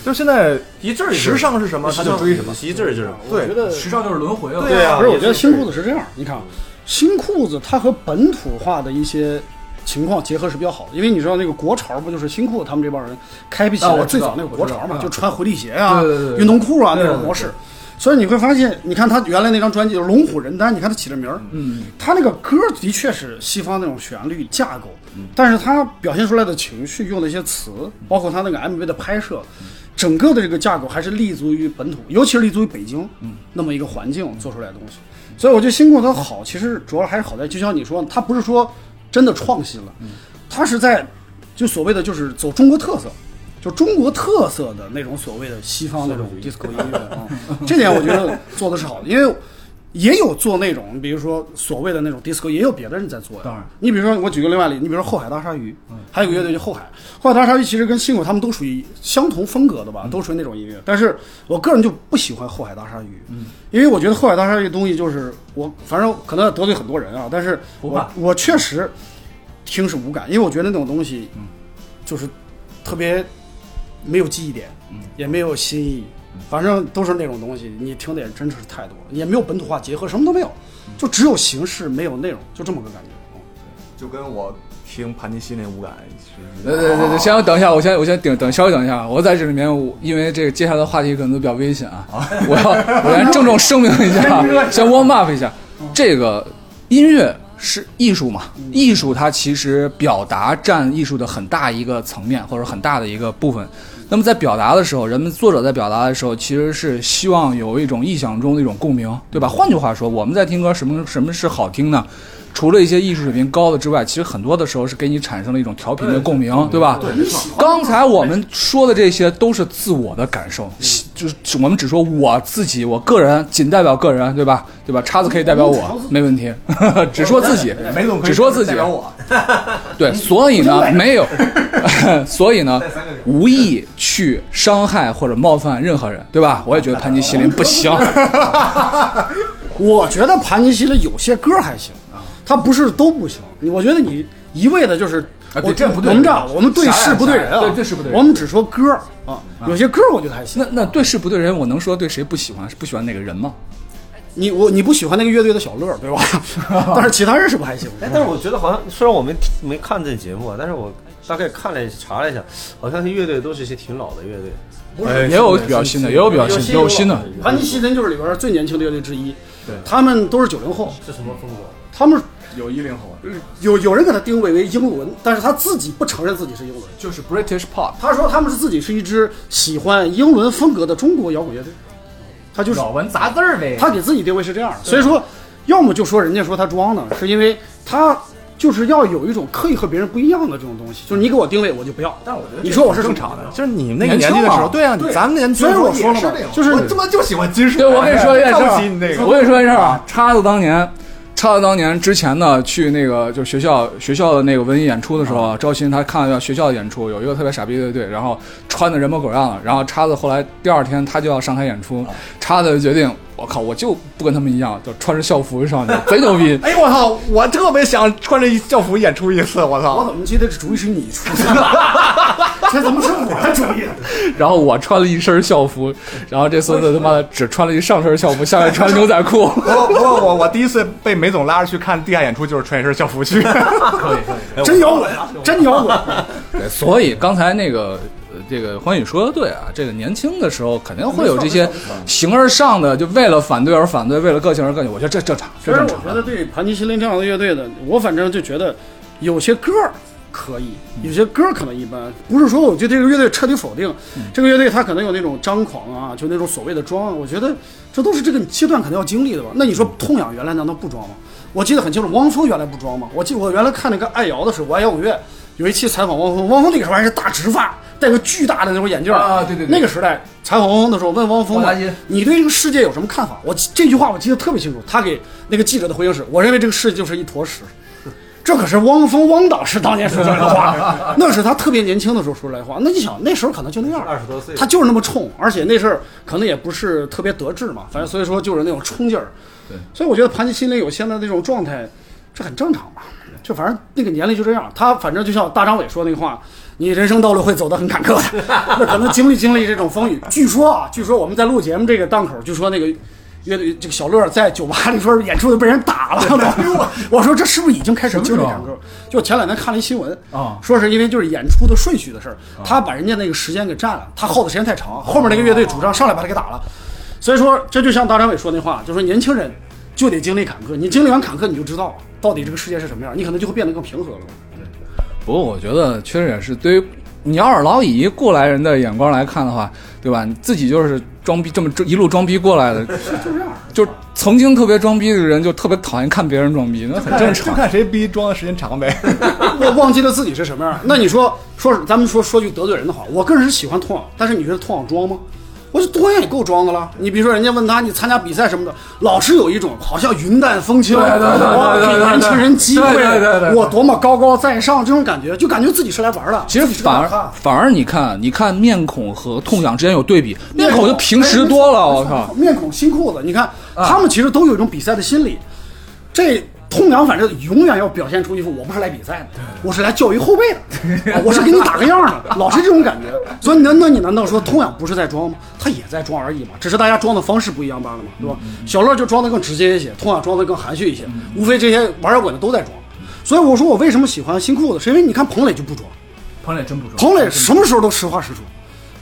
[SPEAKER 2] 就是现在
[SPEAKER 5] 一阵儿一阵儿
[SPEAKER 2] 时尚是什么他就追什么，
[SPEAKER 5] 一阵儿一阵儿。
[SPEAKER 2] 对
[SPEAKER 3] 我觉得
[SPEAKER 4] 时尚就是轮回了。
[SPEAKER 5] 对啊，
[SPEAKER 3] 不是，我觉得
[SPEAKER 5] 也
[SPEAKER 3] 新裤子是这样，你看，啊，
[SPEAKER 4] 嗯
[SPEAKER 3] 新裤子它和本土化的一些情况结合是比较好的，因为你知道那个国潮不就是新裤子他们这帮人开辟起
[SPEAKER 4] 啊我
[SPEAKER 3] 来
[SPEAKER 4] 知
[SPEAKER 3] 最早
[SPEAKER 4] 道
[SPEAKER 3] 那个
[SPEAKER 4] 我
[SPEAKER 3] 国
[SPEAKER 4] 知道
[SPEAKER 3] 潮嘛，
[SPEAKER 4] 啊
[SPEAKER 3] 就穿回力鞋啊、
[SPEAKER 4] 对对对对
[SPEAKER 3] 运动裤啊
[SPEAKER 4] 对
[SPEAKER 3] 那
[SPEAKER 4] 对
[SPEAKER 3] 种
[SPEAKER 4] 对
[SPEAKER 3] 模式。所以你会发现，你看他原来那张专辑《龙虎人丹》，你看他起这名儿，嗯，他那个歌的确是西方那种旋律架构，
[SPEAKER 4] 嗯
[SPEAKER 3] 但是他表现出来的情绪、用的一些词，包括他那个 MV 的拍摄，
[SPEAKER 4] 嗯
[SPEAKER 3] 整个的这个架构还是立足于本土，尤其是立足于北京，嗯，那么一个环境做出来的东西。所以我觉得新裤子好，其实主要还是好在，就像你说，它不是
[SPEAKER 4] 嗯
[SPEAKER 3] 说真的创新了，它是在就所谓的就是走中国特色，就中国特色的那种所谓的西方那种 disco 音乐啊，这点我觉得做的是好的，因为也有做那种，比如说所谓的那种 disco，也有别的人在做呀。
[SPEAKER 4] 当然嗯
[SPEAKER 3] 你比如说我举个另外例，你比如说后海大鲨鱼，还有个乐队叫后海，后海大鲨鱼其实跟新口他们都属于相同风格的
[SPEAKER 4] 嗯
[SPEAKER 3] 吧，都属于那种音乐。但是我个人就不喜欢后海大鲨鱼，
[SPEAKER 4] 嗯
[SPEAKER 3] 因为我觉得后海大鲨鱼的东西就是我，反正可能得罪很多人啊，但是
[SPEAKER 4] 不
[SPEAKER 3] 我
[SPEAKER 4] 怕
[SPEAKER 3] 我确实听是无感，因为我觉得那种东西
[SPEAKER 4] 嗯
[SPEAKER 3] 就是特别没有记忆点，
[SPEAKER 4] 嗯
[SPEAKER 3] 也没有新意，反正都是那种东西，你听的也真是太多了，也没有本土化结合，什么都没有，
[SPEAKER 4] 嗯
[SPEAKER 3] 就只有形式没有内容，就这么个感觉。
[SPEAKER 4] 哦
[SPEAKER 3] 嗯
[SPEAKER 2] 就跟我听盘尼西那无感是一
[SPEAKER 1] 呃，对对对，先等一下，我先我先等等，稍微等一下，我在这里面，我因为这个接下来的话题可能都比较危险啊，我要我先郑重声明 一下，先 warm up 一下，这个音乐是艺术嘛，
[SPEAKER 5] 嗯
[SPEAKER 1] 艺术它其实表达占艺术的很大一个层面或者很大的一个部分。那么在表达的时候，人们作者在表达的时候，其实是希望有一种意想中的一种共鸣，对吧？换句话说，我们在听歌，什么什么是好听呢？除了一些艺术水平高的之外，其实很多的时候是给你产生了一种调频的共鸣，对吧？对。刚才我们说的这些都是自我的感受，就是我们只说我自己，我个人仅代表个人，对吧？对吧？叉子可以代表我，没问题，只说自己，
[SPEAKER 2] 梅总可 以
[SPEAKER 1] 只说自己
[SPEAKER 2] 代表我，
[SPEAKER 1] 对，所以呢，没 有，所以呢，无意去伤害或者冒犯任何人，对吧？我也觉得潘金西林不 行，
[SPEAKER 3] 我觉得盘尼西的有些歌还行啊，他不是都不行。我觉得你一味的就是，
[SPEAKER 4] 啊对
[SPEAKER 3] 我
[SPEAKER 4] 这样不对
[SPEAKER 3] 我们这样，我们对事不对人啊，
[SPEAKER 4] 狭隘狭隘对对事不对人
[SPEAKER 3] 我们只说歌啊，有些歌我觉得还行
[SPEAKER 1] 那。那对事不对人，我能说对谁不喜欢不喜欢哪个人吗？
[SPEAKER 3] 你我你不喜欢那个乐队的小乐对 吧？但是其他人是不还行。
[SPEAKER 5] 哎，但是我觉得好像虽然我没没看这节目啊，但是我大概看了查了一下，好像这乐队都是一些挺老的乐队。
[SPEAKER 2] 哎
[SPEAKER 1] 也有比较新的，也有比
[SPEAKER 2] 啊
[SPEAKER 1] 较新，有新的。
[SPEAKER 3] 盘尼西林就是里边最年轻的乐队之一，对，他们都是九零后，
[SPEAKER 5] 是什么风格？
[SPEAKER 3] 他们嗯
[SPEAKER 2] 有一零后，
[SPEAKER 3] 有有人给他定位为英伦，但是他自己不承认自己是英伦。
[SPEAKER 1] 就是 British pop，
[SPEAKER 3] 他说他们是自己是一支喜欢英伦风格的中国摇滚乐队，他就是
[SPEAKER 4] 老文杂字儿呗。
[SPEAKER 3] 他给自己定位是这样的，所以说，要么就说人家说他装呢，是因为他就是要有一种刻意和别人不一样的这种东西，就是你给我定位我就不要，
[SPEAKER 4] 但我觉得
[SPEAKER 3] 你说我是
[SPEAKER 2] 正
[SPEAKER 3] 什么
[SPEAKER 2] 常的，就是你们那个年纪的时
[SPEAKER 4] 年轻
[SPEAKER 2] 候，
[SPEAKER 4] 嘛
[SPEAKER 2] 对啊，你咱们那年纪的时候
[SPEAKER 3] 所以我说了嘛
[SPEAKER 2] 也那种
[SPEAKER 3] 就是
[SPEAKER 2] 我他妈就喜欢金 属，
[SPEAKER 1] 对，我跟你说一件事
[SPEAKER 2] 看
[SPEAKER 1] 儿
[SPEAKER 2] 不起你那
[SPEAKER 1] 啊，
[SPEAKER 2] 个，。
[SPEAKER 1] 我跟你说一件事儿啊，叉子当年。叉子当年之前呢，去那个就是学校学校的那个文艺演出的时候啊，赵鑫他看了学校的演出，有一个特别傻逼的乐队，然后穿的人模狗样的，然后叉子后来第二天他就要上台演出，叉子就决定，我靠，我就不跟他们一样，就穿着校服上去，贼牛逼
[SPEAKER 2] 哎，我操！我特别想穿着校服演出一次，我
[SPEAKER 3] 我
[SPEAKER 2] 操！
[SPEAKER 3] 怎么记得这主意是你出的？这怎么是我的主意？啊
[SPEAKER 1] 然后我穿了一身校服，然后这孙子他妈的只穿了一上身校服，下面穿牛仔裤。
[SPEAKER 2] 我我我我第一次被梅总拉着去看地下演出，就是穿一身校服 去。
[SPEAKER 4] 哎
[SPEAKER 3] 真摇滚啊，真 摇 滚！
[SPEAKER 1] 所以刚才那个呃这个欢宇说的对啊，这个年轻的时候肯定会有这些形而上的，就为了反对而反对，为了个性而个性。我觉得这正常，
[SPEAKER 3] 其
[SPEAKER 1] 这
[SPEAKER 3] 实
[SPEAKER 1] 正
[SPEAKER 3] 我
[SPEAKER 1] 常
[SPEAKER 3] 觉。得对盘尼西林这样的乐队的，我反正就觉得有些歌儿可以，
[SPEAKER 4] 嗯
[SPEAKER 3] 有些歌儿可能一般。不是说我对这个乐队彻底否定，
[SPEAKER 4] 嗯
[SPEAKER 3] 这个乐队它可能有那种张狂啊，就那种所谓的装啊，我觉得这都是这个阶段肯定要经历的吧。那你说痛仰原来难道不装吗？我记得很清楚，汪峰原来不装吗？我记得我原来看那个爱摇的时候，我爱摇滚乐有一期采访汪峰，汪峰那个时候还是大直发，戴个巨大的那种眼镜儿
[SPEAKER 4] 啊对对对
[SPEAKER 3] 那个时代采访汪峰的时候问汪峰。
[SPEAKER 4] 黄大仙
[SPEAKER 3] 你对这个世界有什么看法？我这句话我记得特别清楚，他给那个记者的回应是：我认为这个世界就是一坨屎。这可是汪峰汪导师当年说出来的 话，那是他特别年轻的时候说出来的话。那你想，那时候可能就那样，
[SPEAKER 5] 二十多岁
[SPEAKER 3] 他就是那么冲，而且那事儿可能也不是特别得志嘛，反正所以说就是那种冲劲儿。对，所以我觉得盘尼心里有现在那种状态，这很正常吧。就反正那个年龄就这样，他反正就像大张伟说那话，你人生道路会走得很坎坷的， 那可能经历经历这种风雨。据说啊，据说我们在录节目这个档口，据说那个乐队这个小乐在酒吧里说演出就被人打了。 我我说这是不是已经开始经历坎坷？就前两天看了一新闻
[SPEAKER 4] 啊
[SPEAKER 3] 说是因为就是演出的顺序的事儿，他把人家那个时间给占了，他耗的时间太长，后面那个乐队主唱上来把他给打了。所以说，这就像大张伟说那话，就说年轻人就得经历坎坷，你经历完坎坷，你就知道到底这个世界是什么样，你可能就会变得更平和了。
[SPEAKER 1] 不过我觉得确实也是，对于你要是老以一过来人的眼 光来看的话，对吧？你自己就是装逼这么这一路装逼过来的，
[SPEAKER 3] 就这样，
[SPEAKER 1] 就曾经特别装逼的人就特别讨厌看别人装逼，那很正
[SPEAKER 2] 就
[SPEAKER 1] 常。
[SPEAKER 2] 看谁逼装的时间长呗。
[SPEAKER 3] 我忘记了自己是什么样儿。那你说说，咱们说说句得罪人的话，我个人是喜欢童养，但是你觉得童养装吗？我觉得童养也够装的了。你比如说，人家问他你参加比赛什么的，老是有一种好像云淡风轻，
[SPEAKER 4] 对对对对
[SPEAKER 3] 我
[SPEAKER 4] 对
[SPEAKER 3] 给
[SPEAKER 4] 对
[SPEAKER 3] 年轻人机会
[SPEAKER 4] 对对对对，对
[SPEAKER 3] 我多么高高在上，这种感觉就感觉自己是来玩儿的。
[SPEAKER 1] 其实
[SPEAKER 3] 自己是
[SPEAKER 1] 反而
[SPEAKER 3] 个大咖
[SPEAKER 1] 反而你看，你看面孔和痛痒之间有对比，面孔就平时多
[SPEAKER 3] 哎
[SPEAKER 1] 了，我靠！啊
[SPEAKER 3] 面孔新裤子，你看他们其实都有一种比赛的心理。这痛痒反正永远要表现出一副我不是来比赛的，我是来教育后辈的，啊我是给你打个样的，老是这种感觉。所以难道你难道说痛痒不是在装吗？他也在装而已嘛，只是大家装的方式不一样罢了嘛，对吧？
[SPEAKER 1] 嗯
[SPEAKER 3] 小乐就装的更直接一些，痛痒装的更含蓄一些，无非这些玩摇滚的都在装。所以我说我为什么喜欢新裤子，是因为你看彭磊就不装。
[SPEAKER 4] 彭磊真不错。
[SPEAKER 3] 彭磊什么时候都实话实说，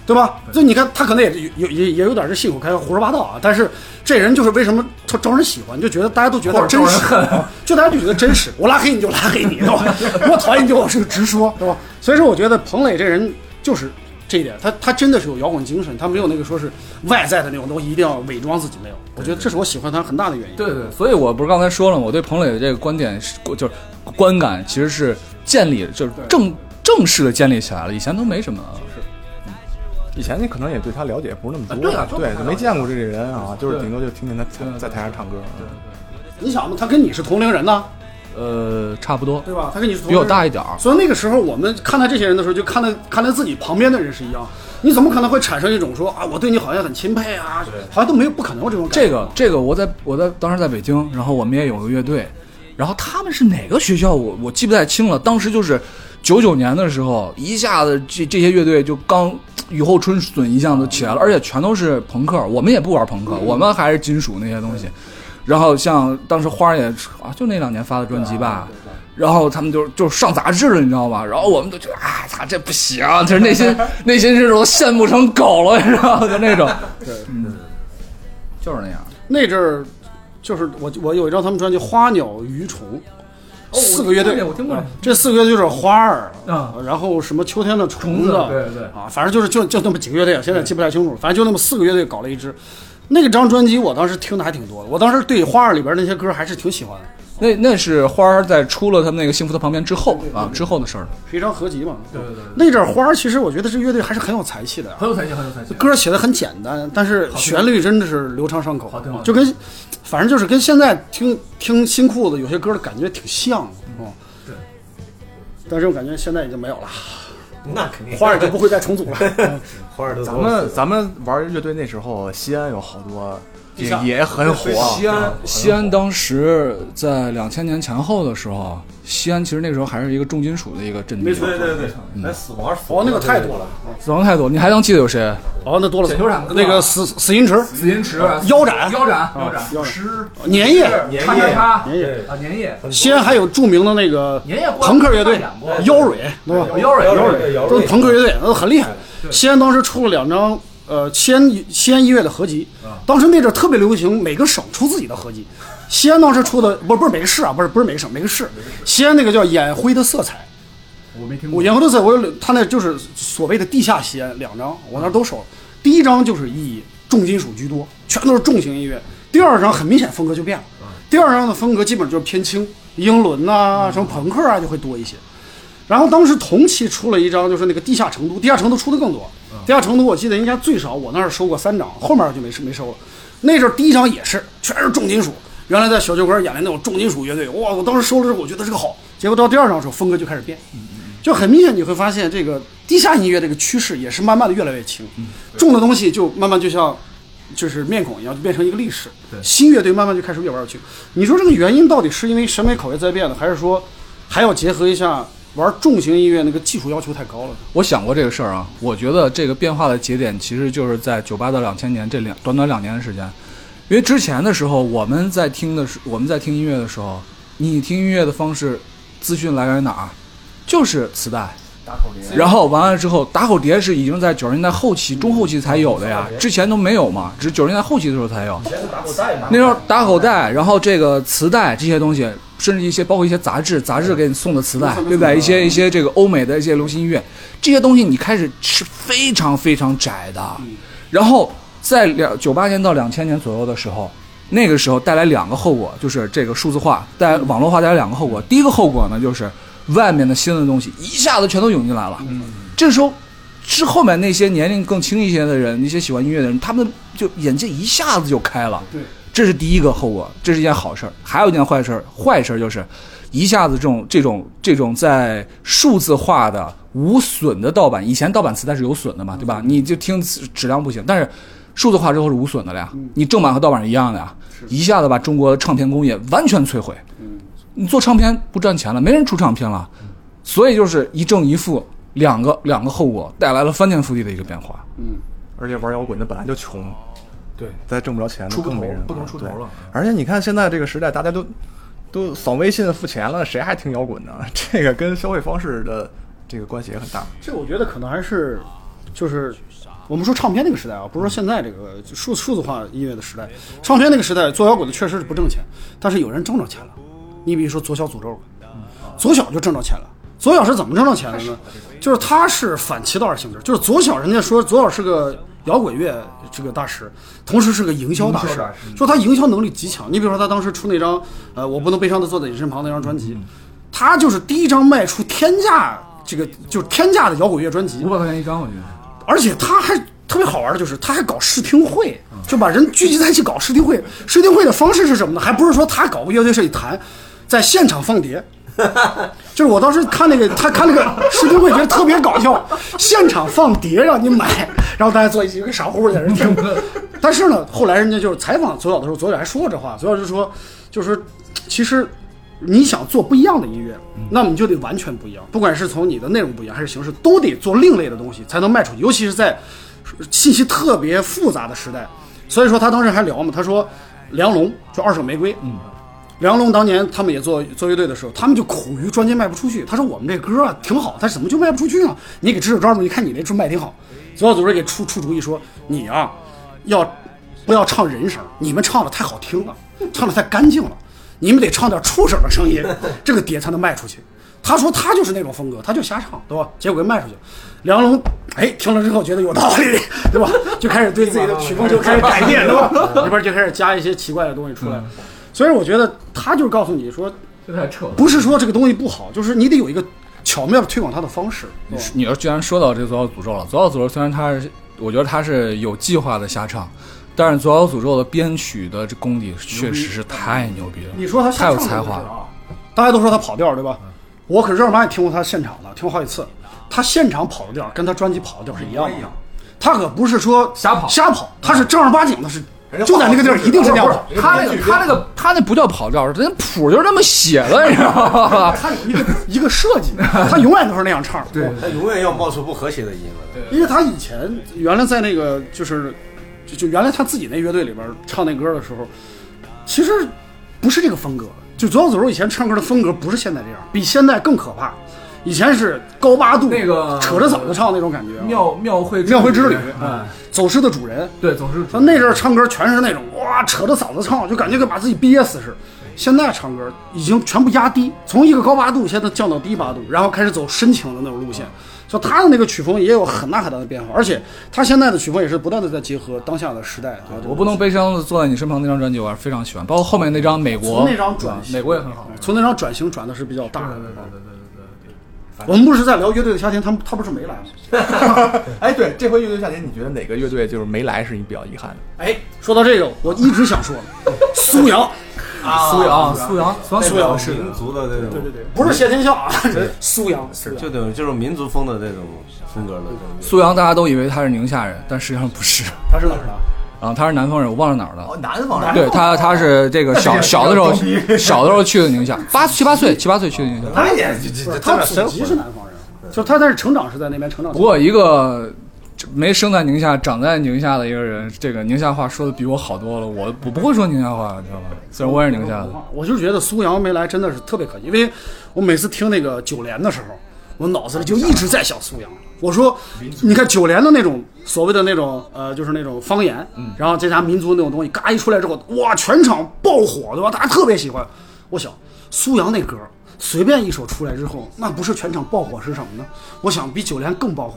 [SPEAKER 3] 对吧？就你看他可能也有有也也有点是信口开河、胡说八道啊，但是这人就是为什么招招人喜欢，就觉得大家都觉得他真实， 就大家就觉得真 实。我拉黑你就拉黑你，对吧？我讨厌你就我是个直说，对吧？所以说我觉得彭磊这人就是。这一点，他他真的是有摇滚精神，他没有那个说是外在的那种东西，一定要伪装自己没有。我觉得这是我喜欢他很大的原因。
[SPEAKER 4] 对对，
[SPEAKER 1] 所以我不是刚才说了吗，我对彭磊的这个观点是就是观感其实是建立，就是正正式的建立起来了，以前都没什么。
[SPEAKER 2] 以前你可能也对他了解不是那么多，
[SPEAKER 4] 对啊
[SPEAKER 2] 对，
[SPEAKER 4] 就
[SPEAKER 2] 没见过这个人啊，就是
[SPEAKER 4] 对
[SPEAKER 2] 顶多就听见他
[SPEAKER 4] 对
[SPEAKER 2] 在台上唱歌。嗯
[SPEAKER 3] 你想嘛，他跟你是同龄人呢，
[SPEAKER 1] 呃，差不多，
[SPEAKER 3] 对吧？他跟你是同
[SPEAKER 1] 比
[SPEAKER 3] 龄
[SPEAKER 1] 我
[SPEAKER 3] 人
[SPEAKER 1] 大一点儿。
[SPEAKER 3] 所以那个时候我们看待这些人的时候，就看待看待自己旁边的人是一样。你怎么可能会产生一种说啊，我对你好像很钦佩啊，好像都没有不可能有这种感觉。
[SPEAKER 1] 这个这个，我在我在当时在北京，然后我们也有个乐队，然后他们是哪个学校我我记不太清了。当时就是九九年的时候，一下子这这些乐队就刚雨后春笋一下子起来了，而且全都是朋克，我们也不玩朋克，我们还是金属那些东西。然后像当时花儿也啊，就那两年发的专辑吧。然后他们就就上杂志了，你知道吗？然后我们都觉得，哎，操，这不行，就是内心内心是我羡慕成狗了，你知道吗？就那种，嗯， 就是那样。
[SPEAKER 3] 那阵儿，就是我我有一张他们专辑《花鸟鱼虫》，四个乐队，
[SPEAKER 4] 哦我听过。
[SPEAKER 3] 这四个乐队就是花儿
[SPEAKER 4] 啊，
[SPEAKER 3] 然后什么秋天的虫
[SPEAKER 4] 虫子对对嗯
[SPEAKER 3] 啊，反正就是就就那么几个乐队，现在记不太清楚，反正就那么四个乐队搞了一支。那个张专辑我当时听的还挺多的，我当时对花儿里边那些歌还是挺喜欢的，
[SPEAKER 1] 那那是花儿在出了他们那个《幸福的旁边》之后啊，之后的事儿了。
[SPEAKER 3] 是一张合集嘛。对
[SPEAKER 4] 对对对，
[SPEAKER 3] 那阵儿花儿其实我觉得这乐队还是很有才气的啊，
[SPEAKER 4] 很有才气，很有才气。
[SPEAKER 3] 歌写的很简单，但是旋律真的是流畅上口，
[SPEAKER 4] 好听好听
[SPEAKER 3] 就跟反正就是跟现在听听新裤子有些歌的感觉挺像的，嗯，
[SPEAKER 4] 对。
[SPEAKER 3] 但这种感觉现在已经没有了，
[SPEAKER 5] 那肯 定
[SPEAKER 3] 花儿就不会再重组 了。
[SPEAKER 5] 花儿都
[SPEAKER 2] 咱们咱们玩乐队那时候，西安有好多也也很火，啊
[SPEAKER 4] 西
[SPEAKER 5] 啊
[SPEAKER 4] 安
[SPEAKER 1] 西安当时在两千年前后的时候，西安其实那时候还是一个重金属的一个阵地。
[SPEAKER 5] 对对对，咱死亡死
[SPEAKER 3] 哦，那个太多了，
[SPEAKER 1] 死亡太多，你还能记得有谁？
[SPEAKER 3] 哦，那多了。
[SPEAKER 4] 剪球场
[SPEAKER 3] 那个死死因池、
[SPEAKER 4] 紫金池、
[SPEAKER 3] 腰斩
[SPEAKER 4] 腰斩、腰斩、
[SPEAKER 3] 腰斩
[SPEAKER 4] 石、
[SPEAKER 3] 粘液，
[SPEAKER 5] 年
[SPEAKER 4] 叉叉叉、
[SPEAKER 5] 夜
[SPEAKER 3] 粘液。
[SPEAKER 4] 啊，粘液、
[SPEAKER 3] 西安还有著名的那个
[SPEAKER 4] 粘液过来
[SPEAKER 3] 朋克乐队
[SPEAKER 4] 发展过
[SPEAKER 3] 腰蕊，对吧？
[SPEAKER 4] 哦腰
[SPEAKER 5] 腰
[SPEAKER 4] 蕊、
[SPEAKER 5] 蕊腰
[SPEAKER 3] 都是
[SPEAKER 5] 蕊，
[SPEAKER 3] 朋克乐
[SPEAKER 4] 啊
[SPEAKER 3] 队，那很厉害。西安当时出了两张呃西安西安音乐的合集，
[SPEAKER 4] 啊
[SPEAKER 3] 当时那阵儿特别流行，每个省出自己的合集。西安当时出的不是不是每个市啊，不是不是每个省，每个市。西安那个叫《眼灰的色彩》，
[SPEAKER 4] 我没听
[SPEAKER 3] 我
[SPEAKER 4] 过。
[SPEAKER 3] 眼灰的色彩，我有他那就是所谓的地下西安两张，我那儿都收了。第一张就是以重金属居多，全都是重型音乐。第二张很明显风格就变了，
[SPEAKER 4] 啊
[SPEAKER 3] 第二张的风格基本就是偏轻，英伦呐、什么朋克啊就会多一些。然后当时同期出了一张，就是那个地下成都，地下成都出的更多。地下成都我记得应该最少我那儿收过三张，后面就没没收了。那阵儿第一张也是全是重金属，原来在小酒馆演的那种重金属乐队，哇！我当时收了之后，我觉得这个好。结果到第二张的时候，风格就开始变，就很明显你会发现，这个地下音乐这个趋势也是慢慢的越来越轻，重的东西就慢慢就像就是面孔一样，就变成一个历史。新乐队慢慢就开始越玩越轻。你说这个原因到底是因为审美口味在变呢，还是说还要结合一下玩重型音乐那个技术要求太高了？
[SPEAKER 1] 我想过这个事儿啊，我觉得这个变化的节点其实就是在九八到两千年这两短短两年的时间，因为之前的时候我们在听的是我们在听音乐的时候，你听音乐的方式，资讯来源于哪儿？就是磁带。然后完了之后，打口碟是已经在九十年代后期、中后期才有的呀，之前都没有嘛，只是九十年代后期的时候才有。那时候打口袋，然后这个磁带这些东西，甚至一些包括一些杂志，杂志给你送的磁带，对不对？一些一些这个欧美的一些流行音乐，这些东西你开始是非嗯常非常窄的。然后在两九八年到两千年左右的时候，那个时候带来两个后果，就是这个数字化带网络化带来两个后果。第一个后果呢，就是外面的新的东西一下子全都涌进来了。这时候是后面那些年龄更轻一些的人，那些喜欢音乐的人，他们就眼界一下子就开了。
[SPEAKER 4] 对，
[SPEAKER 1] 这是第一个后果，这是一件好事儿。还有一件坏事儿，坏事儿就是一下子这种这种这种在数字化的无损的盗版，以前盗版磁带是有损的嘛，对吧？
[SPEAKER 4] 嗯
[SPEAKER 1] 你就听质质量不行，但是数字化之后是无损的了呀，
[SPEAKER 4] 嗯
[SPEAKER 1] 你正版和盗版是一样的呀，一下子把中国的唱片工业完全摧毁。
[SPEAKER 4] 嗯
[SPEAKER 1] 你做唱片不赚钱了，没人出唱片了，所以就是一正一负两个两个后果带来了翻天覆地的一个变化。
[SPEAKER 4] 嗯
[SPEAKER 2] 而且玩摇滚的本来就穷，
[SPEAKER 4] 对，
[SPEAKER 2] 再挣不着钱，
[SPEAKER 4] 出不
[SPEAKER 2] 更
[SPEAKER 4] 头
[SPEAKER 2] 没人
[SPEAKER 4] 不能出头
[SPEAKER 2] 对
[SPEAKER 4] 了
[SPEAKER 2] 而且你看现在这个时代，大家都都扫微信付钱了，谁还听摇滚呢？ 这个跟消费方式的这个关系 也很大。
[SPEAKER 3] 这我觉得可能还是就是我们说唱片那个时代啊，不是说现在这个就数数字化音乐的时代，唱片那个时代做摇滚的确实是不挣钱，但是有人挣着钱了。你比如说左小诅咒吧，左小就挣着钱了。左小是怎么挣着钱的呢？就是他是反其道而行之，就是左小人家说左小是个摇滚乐这个大师，同时是个营销大师，说他营销能力极强。你比如说他当时出那张呃我不能悲伤的坐在你身旁那张专辑，他就是第一张卖出天价这个就是天价的摇滚乐专辑
[SPEAKER 4] 五，百块钱一张，我觉得
[SPEAKER 3] 而且他还特别好玩的就是，他还搞试听会，就把人聚集在一起搞试听会。试听会的方式是什么呢？还不是说他搞个乐队是一弹，在现场放碟。就是我当时看那个，他看那个试听会，觉得特别搞笑，现场放碟让你买，然后大家坐一起跟傻乎乎在那听。但是呢，后来人家就是采访左小的时候，左小还说过这话，左小就说，就是其实你想做不一样的音乐，那么你就得完全不一样，不管是从你的内容不一样还是形式，都得做另类的东西才能卖出去，尤其是在信息特别复杂的时代。所以说他当时还聊嘛，他说梁龙就二手玫瑰，嗯。梁龙当年他们也做做乐队的时候，他们就苦于专辑卖不出去。他说我们这歌啊挺好，但是怎么就卖不出去呢？你给支支招吧，你看你那出卖挺好。左小祖任给出出主意说，你啊要不要唱人声？你们唱的太好听了，唱的太干净了，你们得唱点畜生的声音，这个碟才能卖出去。他说他就是那种风格，他就瞎唱，对吧？结果给卖出去。梁龙哎听了之后觉得有道理，对吧？就开始对自己的曲风就开始改变，对吧？里边就开始加一些奇怪的东西出来。所以我觉得他就是告诉你说，
[SPEAKER 4] 这太扯了。
[SPEAKER 3] 不是说这个东西不好，就是你得有一个巧妙的推广它的方式。对吧
[SPEAKER 1] 你要既然说到这个左小诅咒了，左小诅咒虽然他是，我觉得他是有计划的瞎唱，但是左小诅咒的编曲的这功底确实是太牛逼了，
[SPEAKER 3] 你说他
[SPEAKER 1] 太
[SPEAKER 3] 瞎
[SPEAKER 1] 有
[SPEAKER 3] 唱
[SPEAKER 1] 才
[SPEAKER 3] 就是
[SPEAKER 1] 华
[SPEAKER 3] 这啊
[SPEAKER 1] 了。嗯
[SPEAKER 3] 大家都说他跑调，对吧？我可是热玛也听过他现场的，听过好几次。他现场跑的调跟他专辑跑的调是一样的，他可不是说
[SPEAKER 4] 瞎跑
[SPEAKER 3] 瞎跑，他是正儿八经的是，就在那个地儿一定是那样跑。
[SPEAKER 1] 他那个他那个他那不叫跑调，人家谱就这么写的，你知道吗？
[SPEAKER 3] 他有一个一个设计，他永远都是那样唱的。对，
[SPEAKER 5] 他永远要冒出不和谐的音了。
[SPEAKER 3] 因为他以前原来在那个就是就就原来他自己那乐队里边唱那歌的时候，其实不是这个风格。就左小祖咒以前唱歌的风格不是现在这样，比现在更可怕。以前是高八度，
[SPEAKER 4] 那个
[SPEAKER 3] 扯着嗓子唱那种感觉，啊
[SPEAKER 4] 庙庙会
[SPEAKER 3] 庙会之旅嗯
[SPEAKER 4] 哎，
[SPEAKER 3] 走失的主人。
[SPEAKER 4] 对，总是
[SPEAKER 3] 他那阵儿唱歌全是那种哇扯着嗓子唱，就感觉跟把自己憋死似的。现在唱歌已经全部压低，从一个高八度现在降到低八度，然后开始走深情的那种路线。就他的那个曲风也有很大很大的变化，而且他现在的曲风也是不断的在结合当下的时代。啊
[SPEAKER 1] 我不能悲伤的坐在你身旁那张专辑，我还是非常喜欢，包括后面那张美国，嗯
[SPEAKER 3] 从那张转型哎
[SPEAKER 1] 美国也很好。
[SPEAKER 3] 从那张转型转的是比较大的。啊我们不是在聊乐队的夏天，他们他不是没来吗？
[SPEAKER 2] 哎，对，这回乐队夏天，你觉得哪个乐队就是没来是你比较遗憾的？
[SPEAKER 3] 哎，说到这个，我一直想说的，苏阳
[SPEAKER 1] 啊苏阳，苏阳，苏阳，苏阳是
[SPEAKER 5] 啊民族的那种，
[SPEAKER 3] 不是谢天笑啊，苏阳，苏阳
[SPEAKER 5] 就等于就是民族风的那种风格的这种。
[SPEAKER 1] 苏阳，大家都以为他是宁夏人，但实际上不是。
[SPEAKER 3] 他是哪儿的？
[SPEAKER 1] 啊，他是南方人，我忘了哪儿了。
[SPEAKER 4] 哦
[SPEAKER 2] 南方人
[SPEAKER 1] 对他，他是这个小小的时候，小的时候去的宁夏，八七八岁，七八岁去的宁夏。
[SPEAKER 5] 那也这这
[SPEAKER 3] 他祖籍是南方人，就他但是成长是在那边成长。
[SPEAKER 1] 不过一个没生在宁夏、长在宁夏的一个人，这个宁夏话说的比我好多了。我我不会说宁夏话，你知道吗？虽然我也是宁夏的。
[SPEAKER 3] 我就觉得苏阳没来真的是特别可惜，因为我每次听那个九连的时候，我脑子里就一直在想苏阳。我说，你看九连的那种所谓的那种呃，就是那种方言，然后再加民族那种东西，嘎一出来之后，哇，全场爆火，对吧？大家特别喜欢。我想苏阳那歌随便一首出来之后，那不是全场爆火是什么呢？我想比九连更爆火，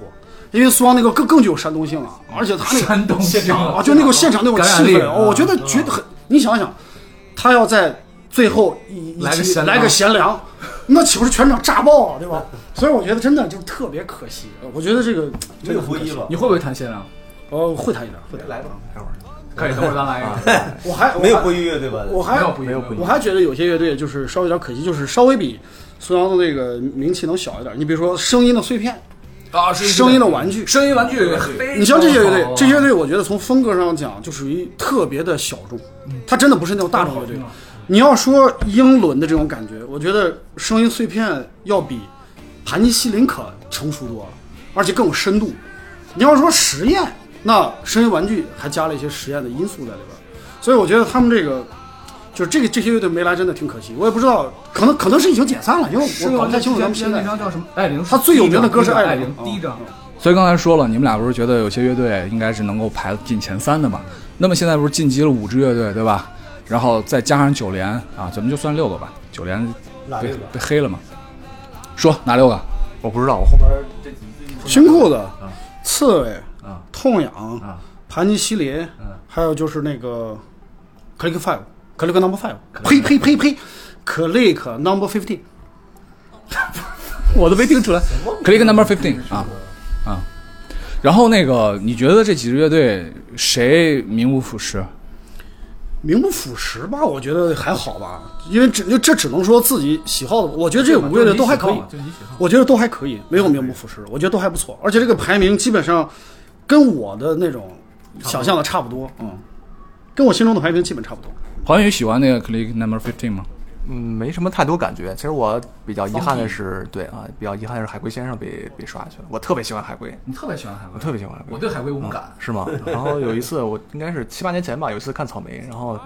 [SPEAKER 3] 因为苏阳那个更更具有山东性了，而且他那个
[SPEAKER 4] 山东
[SPEAKER 3] 现
[SPEAKER 4] 性
[SPEAKER 3] 场啊，就那个现场那种
[SPEAKER 1] 感染
[SPEAKER 3] 气
[SPEAKER 1] 力
[SPEAKER 3] 氛，哦我觉得觉得很你想想，他要在最后一一
[SPEAKER 4] 来个
[SPEAKER 3] 期
[SPEAKER 4] 贤良
[SPEAKER 3] 来个贤良，那岂不是全场炸爆了，对吧？所以我觉得真的就特别可惜。呃我觉得这个
[SPEAKER 5] 这个不一了
[SPEAKER 4] 你，会不会弹限
[SPEAKER 1] 啊
[SPEAKER 4] 量？
[SPEAKER 3] 呃会弹一点，会弹。
[SPEAKER 5] 来吧，
[SPEAKER 4] 可以，等会儿咱来一个。
[SPEAKER 3] 我还
[SPEAKER 5] 没有
[SPEAKER 3] 不
[SPEAKER 5] 不一乐队吧？
[SPEAKER 3] 我还
[SPEAKER 4] 没有不一样，
[SPEAKER 2] 没有不一
[SPEAKER 3] 我还觉得有些乐队就是稍微有点可惜，就是稍微比孙杨的那个名气能小一点。你比如说《声音的碎片
[SPEAKER 4] 啊，》
[SPEAKER 3] 《 声音的玩具》，
[SPEAKER 4] 声音玩具非常好啊，
[SPEAKER 3] 你像这些乐队，这些乐队我觉得从风格上讲就属于特别的小众，
[SPEAKER 4] 嗯
[SPEAKER 3] 它真的不是那种大众乐队
[SPEAKER 4] 好听啊。
[SPEAKER 3] 你要说英伦的这种感觉，我觉得《声音碎片》要比盘尼西林可成熟多了，而且更有深度。你要说实验，那《声音玩具》还加了一些实验的因素在里边儿，所以我觉得他们这个。就是这个这些乐队没来，真的挺可惜。我也不知道，可能可能是已经解散了，因为我
[SPEAKER 4] 声音
[SPEAKER 3] 搞
[SPEAKER 4] 玩具
[SPEAKER 3] 不太清楚咱们
[SPEAKER 4] 之前
[SPEAKER 3] 现
[SPEAKER 4] 啊那
[SPEAKER 3] 在。
[SPEAKER 4] 张叫什么？艾琳，
[SPEAKER 3] 他最有名的嗯歌是
[SPEAKER 4] 艾
[SPEAKER 3] 艾
[SPEAKER 4] 琳
[SPEAKER 3] 琳，
[SPEAKER 4] 第一张。
[SPEAKER 1] 所以刚才说了，你们俩不是觉得有些乐队应该是能够排进前三的嘛？那么现在不是晋级了五支乐队，对吧？然后再加上九连啊，咱们就算六个吧。九连
[SPEAKER 5] 哪
[SPEAKER 1] 被
[SPEAKER 5] 六个？
[SPEAKER 1] 被黑了嘛？说哪六个？
[SPEAKER 2] 我不知道，我后边
[SPEAKER 3] 新裤子、刺猬、
[SPEAKER 4] 啊
[SPEAKER 3] 痛痒、
[SPEAKER 4] 啊嗯
[SPEAKER 3] 盘尼西林，还有就是那个 Click Five、Click Number Five，呸呸呸呸，Click Number Fifteen。
[SPEAKER 1] 我都没听出来。Click number fifteen 啊啊。然后那个，你觉得这几支乐队谁名不副实？
[SPEAKER 3] 名不副实吧，我觉得还好吧，因为只这只能说自己喜好的。我觉得这五个乐队都还可以
[SPEAKER 4] 就，是你喜好
[SPEAKER 3] 我觉得都还可以，没有名不副实，我觉得都还不错。而且这个排名基本上跟我的那种想象的差不多，嗯，跟我心中的排名基本差不多。
[SPEAKER 1] 黄宇喜欢那个 Click number fifteen 吗？
[SPEAKER 2] 嗯没什么太多感觉。其实我比较遗憾的是，对啊，比较遗憾的是海龟先生被被刷下去了。我特别喜欢海龟，
[SPEAKER 4] 你特别喜欢海龟，
[SPEAKER 2] 我特别喜欢海龟
[SPEAKER 4] 我对海龟无感。
[SPEAKER 2] 是吗？然后有一次，我应该是七八年前吧，有一次看草莓，然后，
[SPEAKER 4] 哦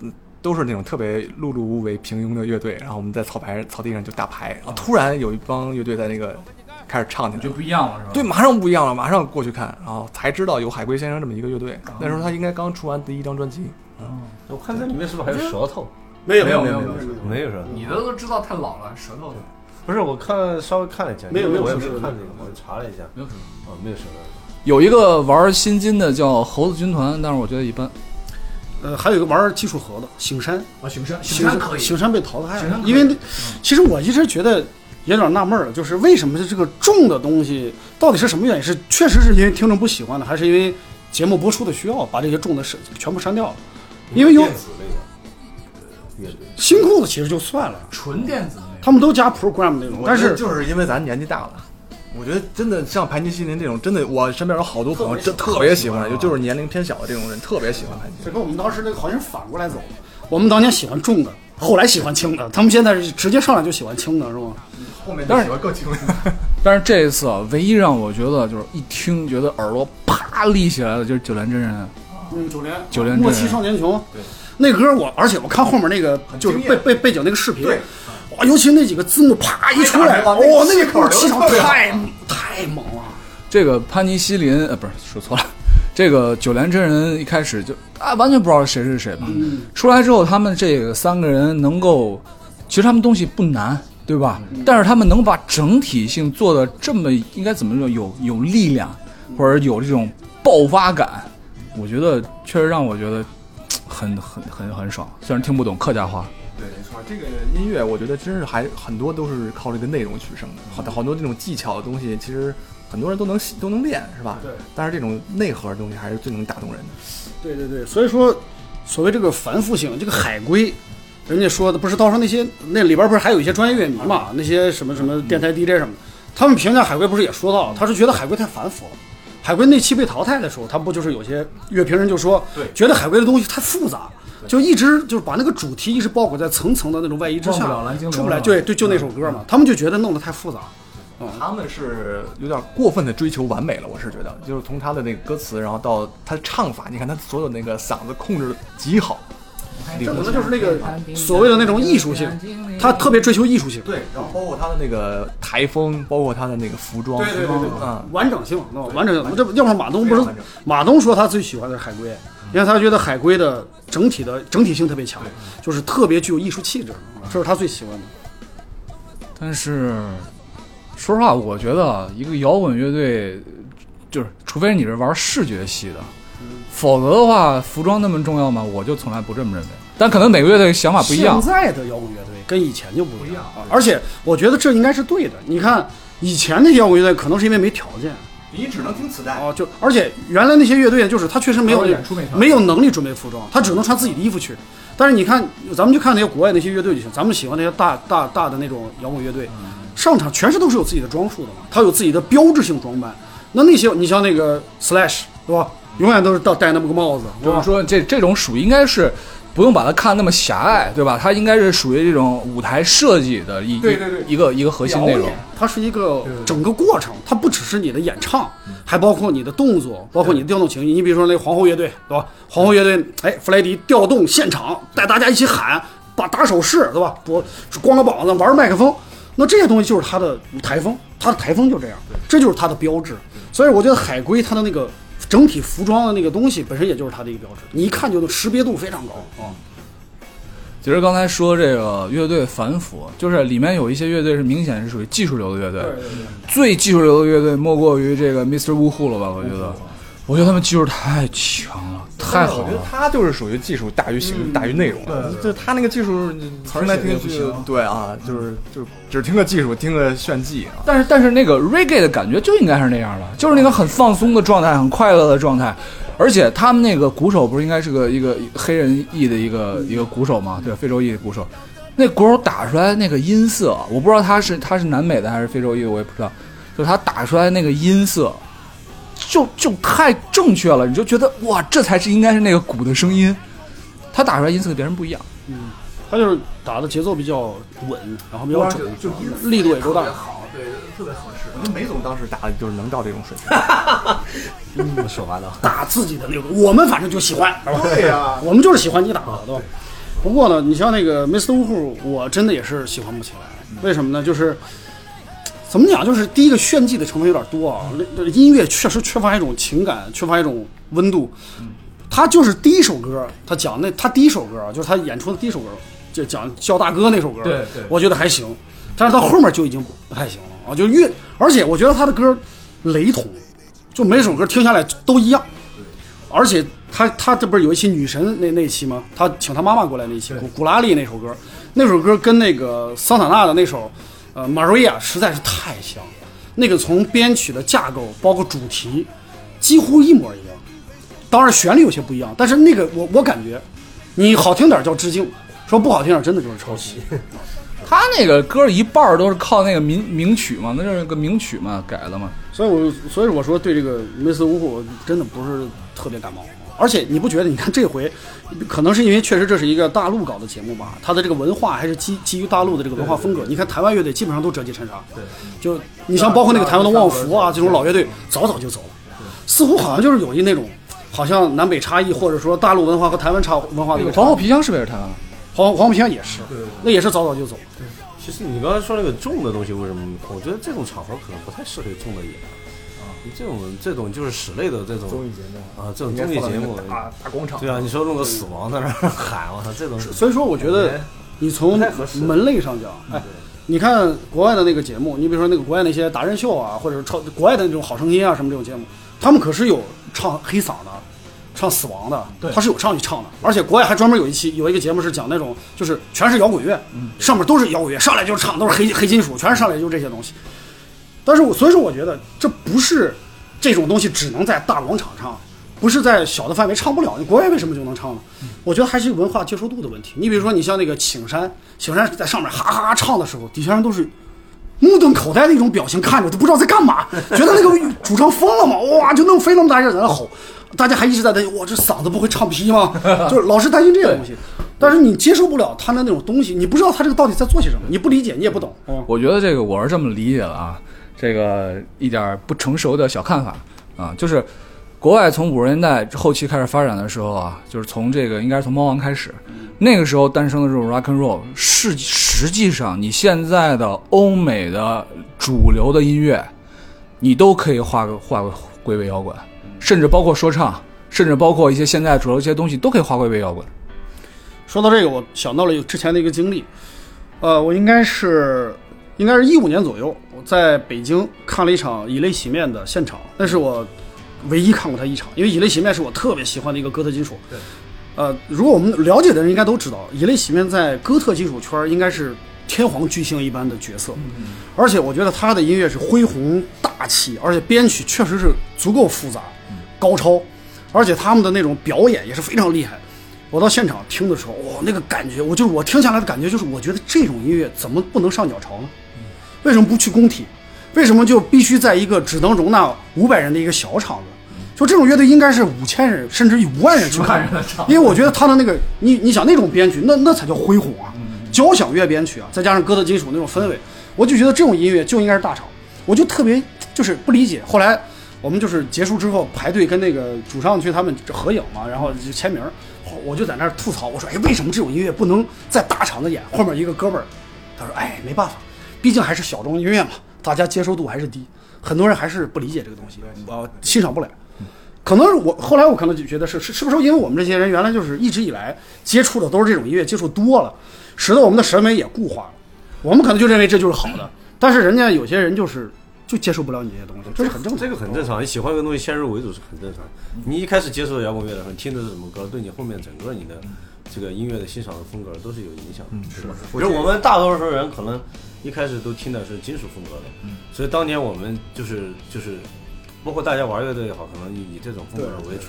[SPEAKER 2] 嗯，都是那种特别碌碌无为、平庸的乐队，然后我们在草牌草地上就打牌，然后突然有一帮乐队在那个开始唱起
[SPEAKER 1] 嗯
[SPEAKER 4] 就
[SPEAKER 2] 来了。
[SPEAKER 4] 不一样了，是吧？
[SPEAKER 2] 对，，马上不一样了，马上过去看，然后才知道有海龟先生这么一个乐队。那时候他应该刚出完第一张专辑，
[SPEAKER 5] 我看这里面是不是还有舌头？
[SPEAKER 3] 没有
[SPEAKER 4] 没有没有没有，
[SPEAKER 5] 没有舌头，
[SPEAKER 4] 你的都知道太老了，舌头
[SPEAKER 5] 不是我看稍微看了一下，
[SPEAKER 3] 没有
[SPEAKER 5] 因为
[SPEAKER 3] 没有
[SPEAKER 5] 我也没
[SPEAKER 3] 舌
[SPEAKER 5] 有
[SPEAKER 3] 头
[SPEAKER 5] 看这个，我查了一下，
[SPEAKER 4] 没有舌头。
[SPEAKER 5] 哦，没有舌头。
[SPEAKER 1] 有一个玩新金的叫猴子军团，但是我觉得一般。
[SPEAKER 3] 呃，还有一个玩技术核的醒山，
[SPEAKER 4] 啊，熊山，
[SPEAKER 3] 醒
[SPEAKER 4] 熊山可以，
[SPEAKER 3] 醒山被淘汰
[SPEAKER 4] 醒山
[SPEAKER 3] 了，
[SPEAKER 4] 可以
[SPEAKER 3] 因为那其实我一直觉得有点纳闷儿，就是为什么这个重的东西到底是什么原因？是确实是因为听众不喜欢呢，还是因为节目播出的需要，把这些重的是全部删掉了？因为有
[SPEAKER 5] 电子那个乐队，
[SPEAKER 3] 新裤子其实就算了，
[SPEAKER 4] 纯电子那个。
[SPEAKER 3] 他们都加 program 那种，但
[SPEAKER 2] 我觉得
[SPEAKER 3] 是
[SPEAKER 2] 就是因为咱年纪大了。我觉得真的像盘尼西林这种，真的，我身边有好多朋友真特别喜欢，啊就是年龄偏小的这种人特别喜欢盘尼西
[SPEAKER 3] 这
[SPEAKER 2] 林。
[SPEAKER 3] 跟我们当时那个好像是反过来走的。我们当年喜欢重的，后来喜欢轻的，他们现在是直接上来就喜欢轻的，是吗？
[SPEAKER 4] 后面
[SPEAKER 1] 但是
[SPEAKER 4] 喜欢更清楚。
[SPEAKER 1] 但是这一次啊，唯一让我觉得就是一听觉得耳朵啪立起来了，就是九连真人。啊
[SPEAKER 3] 嗯，九连
[SPEAKER 1] 九连
[SPEAKER 3] 莫
[SPEAKER 1] 真
[SPEAKER 3] 欺
[SPEAKER 1] 人
[SPEAKER 3] 少年穷，对，那歌我，而且我看后面那个就是背背背景那个视频，对，哇，尤其那几个字幕啪一出来，
[SPEAKER 2] 打
[SPEAKER 3] 哇，
[SPEAKER 2] 出来哇
[SPEAKER 3] 那
[SPEAKER 2] 那
[SPEAKER 3] 个
[SPEAKER 2] 个
[SPEAKER 3] 歌气
[SPEAKER 2] 气
[SPEAKER 3] 场
[SPEAKER 2] 口流特别好
[SPEAKER 3] 太太猛了。啊
[SPEAKER 1] 这个潘尼西林呃，不是说错了， 这个九连真人一开始就啊完全不知道谁是谁嘛。出来之后，他们这个三个人能够，其实他们东西不难，对吧？但是他们能把整体性做的这么应该怎么说有有力量，或者有这种爆发感，我觉得确实让我觉得很很很很爽。虽然听不懂客家话，
[SPEAKER 2] 对，没错，这个音乐我觉得真是还很多都是靠这个内容取胜的，好好多这种技巧的东西，其实很多人都能都能练，是吧？对。但是这种内核的东西还是最能打动人的。
[SPEAKER 3] 对对对，所以说，所谓这个繁复性，这个海归，人家说的不是到时候那些那里边不是还有一些专业乐迷
[SPEAKER 4] 啊
[SPEAKER 3] 嘛，那些什么什么电台 DJ 什么的，他们评价海归不是也说到，他是觉得海归太繁复了。海归那期被淘汰的时候，他不就是有些乐评人就说，觉得海归的东西太复杂，就一直就是把那个主题一直包裹在层层的那种外衣之
[SPEAKER 4] 忘
[SPEAKER 3] 下
[SPEAKER 4] 不了嗯蓝精灵，
[SPEAKER 3] 出不来。
[SPEAKER 4] 了
[SPEAKER 3] 对对，就那首歌嘛，他们就觉得弄得太复杂。
[SPEAKER 2] 他们是有点过分的追求完美了，我是觉得，就是从他的那个歌词，然后到他的唱法，你看他所有那个嗓子控制得极好。
[SPEAKER 3] 这可能就是那个所谓的那种艺术性，他特别追求艺术性。
[SPEAKER 2] 对，然后包括他的那个台风，包括他的那个服装，
[SPEAKER 3] 对对对对
[SPEAKER 2] 服装啊，
[SPEAKER 3] 完整性，那哦完整性，这要不然马东不
[SPEAKER 2] 非
[SPEAKER 3] 是
[SPEAKER 2] 常完整
[SPEAKER 3] 马东说他最喜欢的是海龟，因为他觉得海龟的整体的整体性特别强，就是特别具有艺术气质，这是他最喜欢的。
[SPEAKER 1] 但是，说实话，我觉得啊一个摇滚乐队，就是除非你是玩视觉系的，否则的话，服装那么重要吗？我就从来不这么认为。但可能每个乐队想啊法不一样
[SPEAKER 3] 现，在的摇滚乐队跟以前就不一样啊，而且我觉得这应该是对的。你看以前那些摇滚乐队，可能是因为没条件
[SPEAKER 2] 你只能听磁带。
[SPEAKER 3] 啊，就而且原来那些乐队就是他确实没有
[SPEAKER 4] 还有演出没条件
[SPEAKER 3] 没有能力准备服装，他只能穿自己的衣服去。但是你看，咱们就看那些国外那些乐队就行，咱们喜欢那些大大大的那种摇滚乐队，上场全是都是有自己的装束的嘛，他有自己的标志性装扮。那那些你像那个 Slash 对吧，永远都是戴戴那么个帽子，
[SPEAKER 1] 就
[SPEAKER 3] 对啊吧
[SPEAKER 1] 是？说这这种属于应该是不用把它看那么狭隘，对吧？它应该是属于这种舞台设计的一
[SPEAKER 4] 对对对
[SPEAKER 1] 一个一个核心内
[SPEAKER 4] 表
[SPEAKER 1] 容
[SPEAKER 4] 演。
[SPEAKER 3] 它是一个
[SPEAKER 4] 对对对
[SPEAKER 3] 整个过程，它不只是你的演唱，还包括你的动作，包括你的调动情绪。你比如说那皇后乐队，对吧？皇后乐队，哎，弗莱迪调动现场，带大家一起喊，把打手势，对吧？不，光个膀子玩麦克风，那这些东西就是他的舞台风，他的台风就这样，这就是他的标志。所以我觉得海龟它的那个整体服装的那个东西本身也就是它的一个标志，你一看就能识别度非常高啊。
[SPEAKER 1] 其实刚才说这个乐队繁复，就是里面有一些乐队是明显是属于技术流的乐队，最技术流的乐队莫过于这个 Mr. Wu Hu 了吧？我觉得，我觉得他们技术太强了，太好
[SPEAKER 2] 我觉得
[SPEAKER 1] 了。
[SPEAKER 2] 他就是属于技术大于形大于内容，
[SPEAKER 4] 对对
[SPEAKER 2] 就是他那个技术
[SPEAKER 4] 词儿
[SPEAKER 2] 听来
[SPEAKER 4] 写得
[SPEAKER 2] 听
[SPEAKER 4] 不
[SPEAKER 2] 去
[SPEAKER 4] 行，
[SPEAKER 2] 对啊，就是就是只听个技术，听个炫技啊。
[SPEAKER 1] 但是但是那个 reggae 的感觉就应该是那样的，就是那种很放松的状态，很快乐的状态。而且他们那个鼓手不是应该是个一个黑人裔的一个一个鼓手吗？对，非洲裔的鼓手。那鼓手打出来那个音色，我不知道他是他是南美的还是非洲裔，我也不知道。就是他打出来那个音色，就就太正确了，你就觉得哇，这才是应该是那个鼓的声音。他打出来音色跟别人不一样。
[SPEAKER 3] 它就是打的节奏比较稳，然后比较准，
[SPEAKER 4] 就音色
[SPEAKER 3] 力度也够大
[SPEAKER 4] 特别好，对，特别合适。
[SPEAKER 2] 梅总当时打的就是能到这种水平。
[SPEAKER 5] 我手滑的。
[SPEAKER 3] 打自己的那种，我们反正就喜欢，是吧？
[SPEAKER 4] 对呀
[SPEAKER 3] 我们就是喜欢你打的，对吧？不过呢，你像那个 Mr. Wu Hu，我真的也是喜欢不起来，为什么呢？就是怎么讲，就是第一个炫技的成分有点多啊，那那音乐确实缺乏一种情感，缺乏一种温度。他就是第一首歌，他讲那他第一首歌啊，就是他演出的第一首歌，就讲叫大哥那首歌，
[SPEAKER 4] 对对
[SPEAKER 3] 我觉得还行，但是到后面就已经不太行了啊，就越而且我觉得他的歌雷同，就每首歌听下来都一样，而且他他这不是有一期女神那那期吗？他请他妈妈过来那期古古拉利那首歌，那首歌跟那个桑塔纳的那首呃《马瑞亚》实在是太像了，那个从编曲的架构包括主题几乎一模一样，当然旋律有些不一样，但是那个我我感觉你好听点儿叫致敬，说不好听点儿真的就是抄袭。
[SPEAKER 1] 他那个歌一半儿都是靠那个名名曲嘛，那就是个名曲嘛改的嘛。
[SPEAKER 3] 所以我所以我说对这个梅斯乌库真的不是特别感冒。而且你不觉得？你看这回，可能是因为确实这是一个大陆搞的节目吧，它的这个文化还是基基于大陆的这个文化风格。你看台湾乐队基本上都折叠衬衫，
[SPEAKER 4] 对，
[SPEAKER 3] 就你像包括那个台湾的旺福啊这种老乐队，早早就走了，似乎好像就是有一那种，好像南北差异或者说大陆文化和台湾差文化的一个差
[SPEAKER 1] 皇
[SPEAKER 3] 异
[SPEAKER 1] 后皮箱是不是也啊是台湾的？
[SPEAKER 3] 黄黄浦平也是，那也是早早就走了。
[SPEAKER 5] 其实你刚才说那个重的东西为什么？我觉得这种场合可能不太适合重的演
[SPEAKER 4] 哦
[SPEAKER 5] 啊，这种这种就是室内的这种
[SPEAKER 2] 综艺节目
[SPEAKER 5] 啊，这种综艺节目，
[SPEAKER 2] 大大广场，
[SPEAKER 5] 对啊，你说弄个死亡在那儿喊，我操，这种
[SPEAKER 3] 所以说，我觉得你从
[SPEAKER 5] 不太合适嗯
[SPEAKER 3] 门类上讲，哎，你看国外的那个节目，你比如说那个国外那些达人秀啊，或者是超国外的那种好声音啊什么这种节目，他们可是有唱黑嗓的，唱死亡的，他是有上去唱的。而且国外还专门有一期有一个节目是讲那种就是全是摇滚乐，
[SPEAKER 5] 嗯
[SPEAKER 3] 上面都是摇滚乐，上来就是唱都是黑黑金属，全是上来就这些东西。但是我所以说，我觉得这不是这种东西只能在大广场唱，不是在小的范围唱不了。你国外为什么就能唱呢？我觉得还是文化接受度的问题。你比如说，你像那个请山，请山在上面哈哈哈唱的时候，底下人都是目瞪口呆的一种表情看着，都不知道在干嘛，觉得那个主唱疯了嘛，哇，就弄飞那么大一个人吼，大家还一直在担心，我这嗓子不会唱劈吗？就是老是担心这些东西。但是你接受不了他的那种东西，你不知道他这个到底在做些什么，你不理解，你也不懂。嗯
[SPEAKER 1] 我觉得这个我是这么理解的啊，这个一点儿不成熟的小看法啊，就是国外从五十年代后期开始发展的时候啊，就是从这个应该是从猫王开始，那个时候诞生的这种 rock and roll 是实际上你现在的欧美的主流的音乐，你都可以划个划个归为摇滚，甚至包括说唱，甚至包括一些现在主流一些东西都可以划归为摇滚。
[SPEAKER 3] 说到这个，我想到了有之前的一个经历，呃，我应该是应该是一五年左右，我在北京看了一场以泪洗面的现场，那是我唯一看过他一场，因为以泪洗面是我特别喜欢的一个哥特金属。
[SPEAKER 5] 对，
[SPEAKER 3] 呃，如果我们了解的人应该都知道，以泪洗面在哥特金属圈儿应该是天皇巨星一般的角色，而且我觉得他的音乐是恢宏大气，而且编曲确实是足够复杂、高超，而且他们的那种表演也是非常厉害。我到现场听的时候，哇，那个感觉，我就是我听下来的感觉就是，我觉得这种音乐怎么不能上鸟巢呢？为什么不去工体？为什么就必须在一个只能容纳五百人的一个小场子？就这种乐队应该是五千人甚至于五万人去看，因为我觉得他的那个，你你想那种编曲，那那才叫恢宏啊！交响乐编曲啊，再加上哥特金属那种氛围，我就觉得这种音乐就应该是大场。我就特别就是不理解，后来我们就是结束之后排队跟那个主唱去他们合影嘛，然后就签名，我就在那儿吐槽，我说哎，为什么这种音乐不能在大场子演？后面一个哥们儿他说：“哎，没办法，毕竟还是小众音乐嘛，大家接受度还是低，很多人还是不理解这个东西，我欣赏不了。
[SPEAKER 5] 嗯
[SPEAKER 3] 可能是我后来我可能就觉得是是是不是因为我们这些人原来就是一直以来接触的都是这种音乐，接触多了，使得我们的审美也固化了。我们可能就认为这就是好的，但是人家有些人就是就接受不了你这些东西，这是很正常。
[SPEAKER 5] 这个很正常，你喜欢一个东西先入为主是很正常。你一开始接触摇滚乐的时候，你听的是什么歌，对你后面整个你的这个音乐的欣赏的风格都是有影响的。嗯，是吧？比如我们大多数人可能一开始都听的是金属风格的，所以当年我们就是就是，包括大家玩乐队也好，可能以这种风格为主，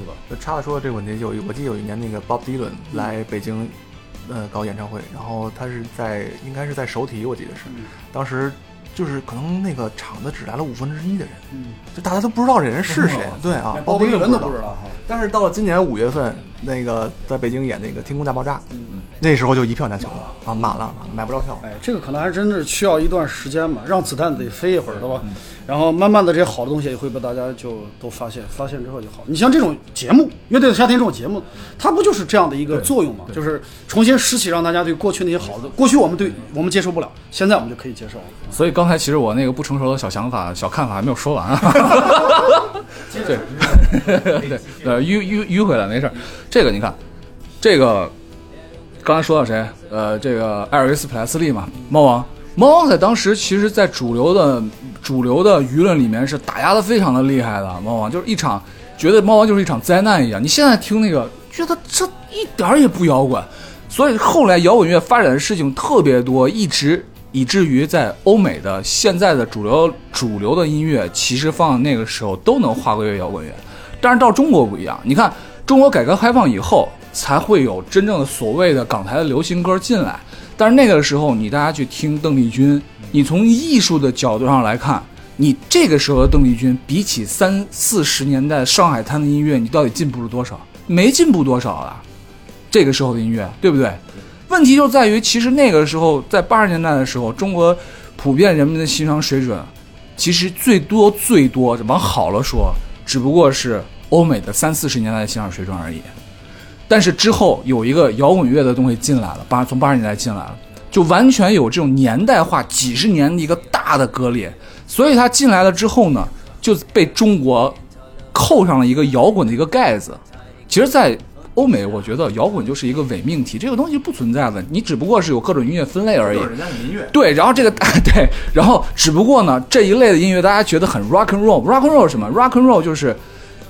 [SPEAKER 5] 对吧？
[SPEAKER 2] 就插着说到这个问题，有一我记得有一年那个 Bob Dylan 来北京，呃，搞演唱会，然后他是在应该是在首体，我记得是，当时就是可能那个场子只来了五分之一的人，
[SPEAKER 3] 嗯
[SPEAKER 2] 就大家都不知道这人是谁，对啊，鲍勃迪伦
[SPEAKER 3] 都不知道。
[SPEAKER 2] 但是到了今年五月份，那个在北京演那个《天空大爆炸》，那时候就一票难求了啊，满了，买不着票。
[SPEAKER 3] 哎，这个可能还真是需要一段时间吧，让子弹得飞一会儿，对吧？然后慢慢的，这些好的东西也会被大家就都发现，发现之后就好。你像这种节目，《乐队的夏天》这种节目，它不就是这样的一个作用嘛？就是重新拾起，让大家对过去那些好的，过去我们对我们接受不了，现在我们就可以接受了。
[SPEAKER 1] 所以刚才其实我那个不成熟的小想法、小看法还没有说完啊。对， 对，呃，迂迂迂回来没事儿。这个你看，这个刚才说到谁？呃，这个艾尔维斯·普莱斯利嘛，猫王。猫王在当时其实，在主流的主流的舆论里面是打压的非常的厉害的。猫王就是一场觉得猫王就是一场灾难一样。你现在听那个，觉得这一点儿也不摇滚。所以后来摇滚乐发展的事情特别多，一直以至于在欧美的现在的主流主流的音乐，其实放那个时候都能划归为摇滚乐。但是到中国不一样，你看中国改革开放以后，才会有真正的所谓的港台的流行歌进来。但是那个时候，你大家去听邓丽君，你从艺术的角度上来看，你这个时候的邓丽君，比起三四十年代上海滩的音乐，你到底进步了多少？没进步多少啊！这个时候的音乐，对不对？问题就在于，其实那个时候，在八十年代的时候，中国普遍人们的欣赏水准，其实最多最多往好了说，只不过是欧美的三四十年代的欣赏水准而已。但是之后有一个摇滚乐的东西进来了，八从八十年代进来了，就完全有这种年代化几十年的一个大的割裂，所以它进来了之后呢，就被中国扣上了一个摇滚的一个盖子。其实，在欧美，我觉得摇滚就是一个伪命题，这个东西不存在的，你只不过是有各种音乐分类而已。
[SPEAKER 4] 人家的音乐，
[SPEAKER 1] 对，然后这个 对，然后只不过呢，这一类的音乐大家觉得很 rock and roll，rock and roll 是什么？rock and roll 就是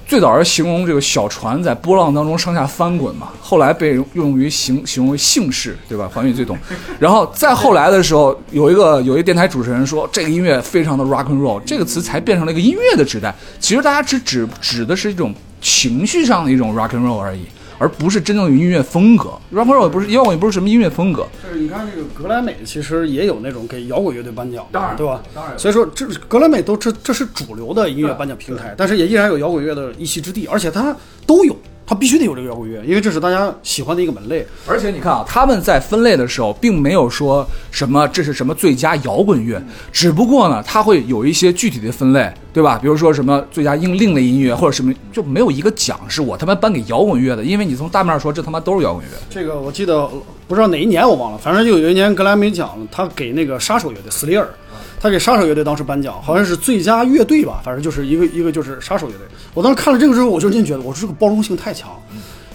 [SPEAKER 1] 最早是形容这个小船在波浪当中上下翻滚嘛，后来被用于形形容为姓氏，对吧？环宇最懂。然后再后来的时候，有一个有一个电台主持人说，这个音乐非常的 rock and roll，这个词才变成了一个音乐的指代。其实大家只指指的是一种情绪上的一种 rock and roll 而已。而不是真正的音乐风格，rock and roll 也不是摇滚，也不是什么音乐风格，
[SPEAKER 3] 就是你看这个格莱美，其实也有那种给摇滚乐队颁奖的，
[SPEAKER 4] 当然
[SPEAKER 3] 对吧？
[SPEAKER 4] 当然
[SPEAKER 3] 所以说这格莱美都这这是主流的音乐颁奖平台，但是也依然有摇滚乐的一席之地，而且它都有，它必须得有这个摇滚乐，因为这是大家喜欢的一个门类。
[SPEAKER 1] 而且你看啊，他们在分类的时候，并没有说什么这是什么最佳摇滚乐，只不过呢，它会有一些具体的分类，对吧？比如说什么最佳另另类音乐，或者什么，就没有一个奖是我他妈颁给摇滚乐的，因为你从大面上说，这他妈都是摇滚乐。
[SPEAKER 3] 这个我记得不知道哪一年我忘了，反正就有一年格莱美奖，他给那个杀手乐队斯利尔，
[SPEAKER 4] 啊
[SPEAKER 3] 他给杀手乐队当时颁奖，好像是最佳乐队吧，反正就是一个一个就是杀手乐队。我当时看了这个之后，我就真觉得，我说这个包容性太强。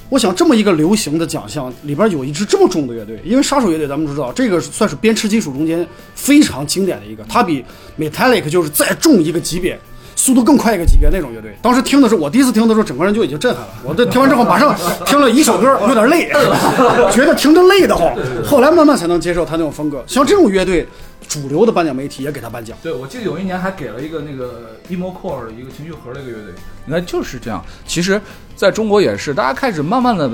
[SPEAKER 3] 我想这么一个流行的奖项里边有一支这么重的乐队，因为杀手乐队咱们都知道，这个算是鞭笞金属中间非常经典的一个，它比 Metallic 就是再重一个级别。速度更快一个级别那种乐队。当时听的时候，我第一次听的时候，整个人就已经震撼了。我这听完之后，马上听了一首歌，有点累， 觉得听着累得慌。后来慢慢才能接受他那种风格。像这种乐队，主流的颁奖媒体也给他颁奖。
[SPEAKER 6] 对，我记得有一年还给了一个那个 emo core 的一个情绪盒的一个乐队，
[SPEAKER 1] 那就是这样。其实，在中国也是，大家开始慢慢的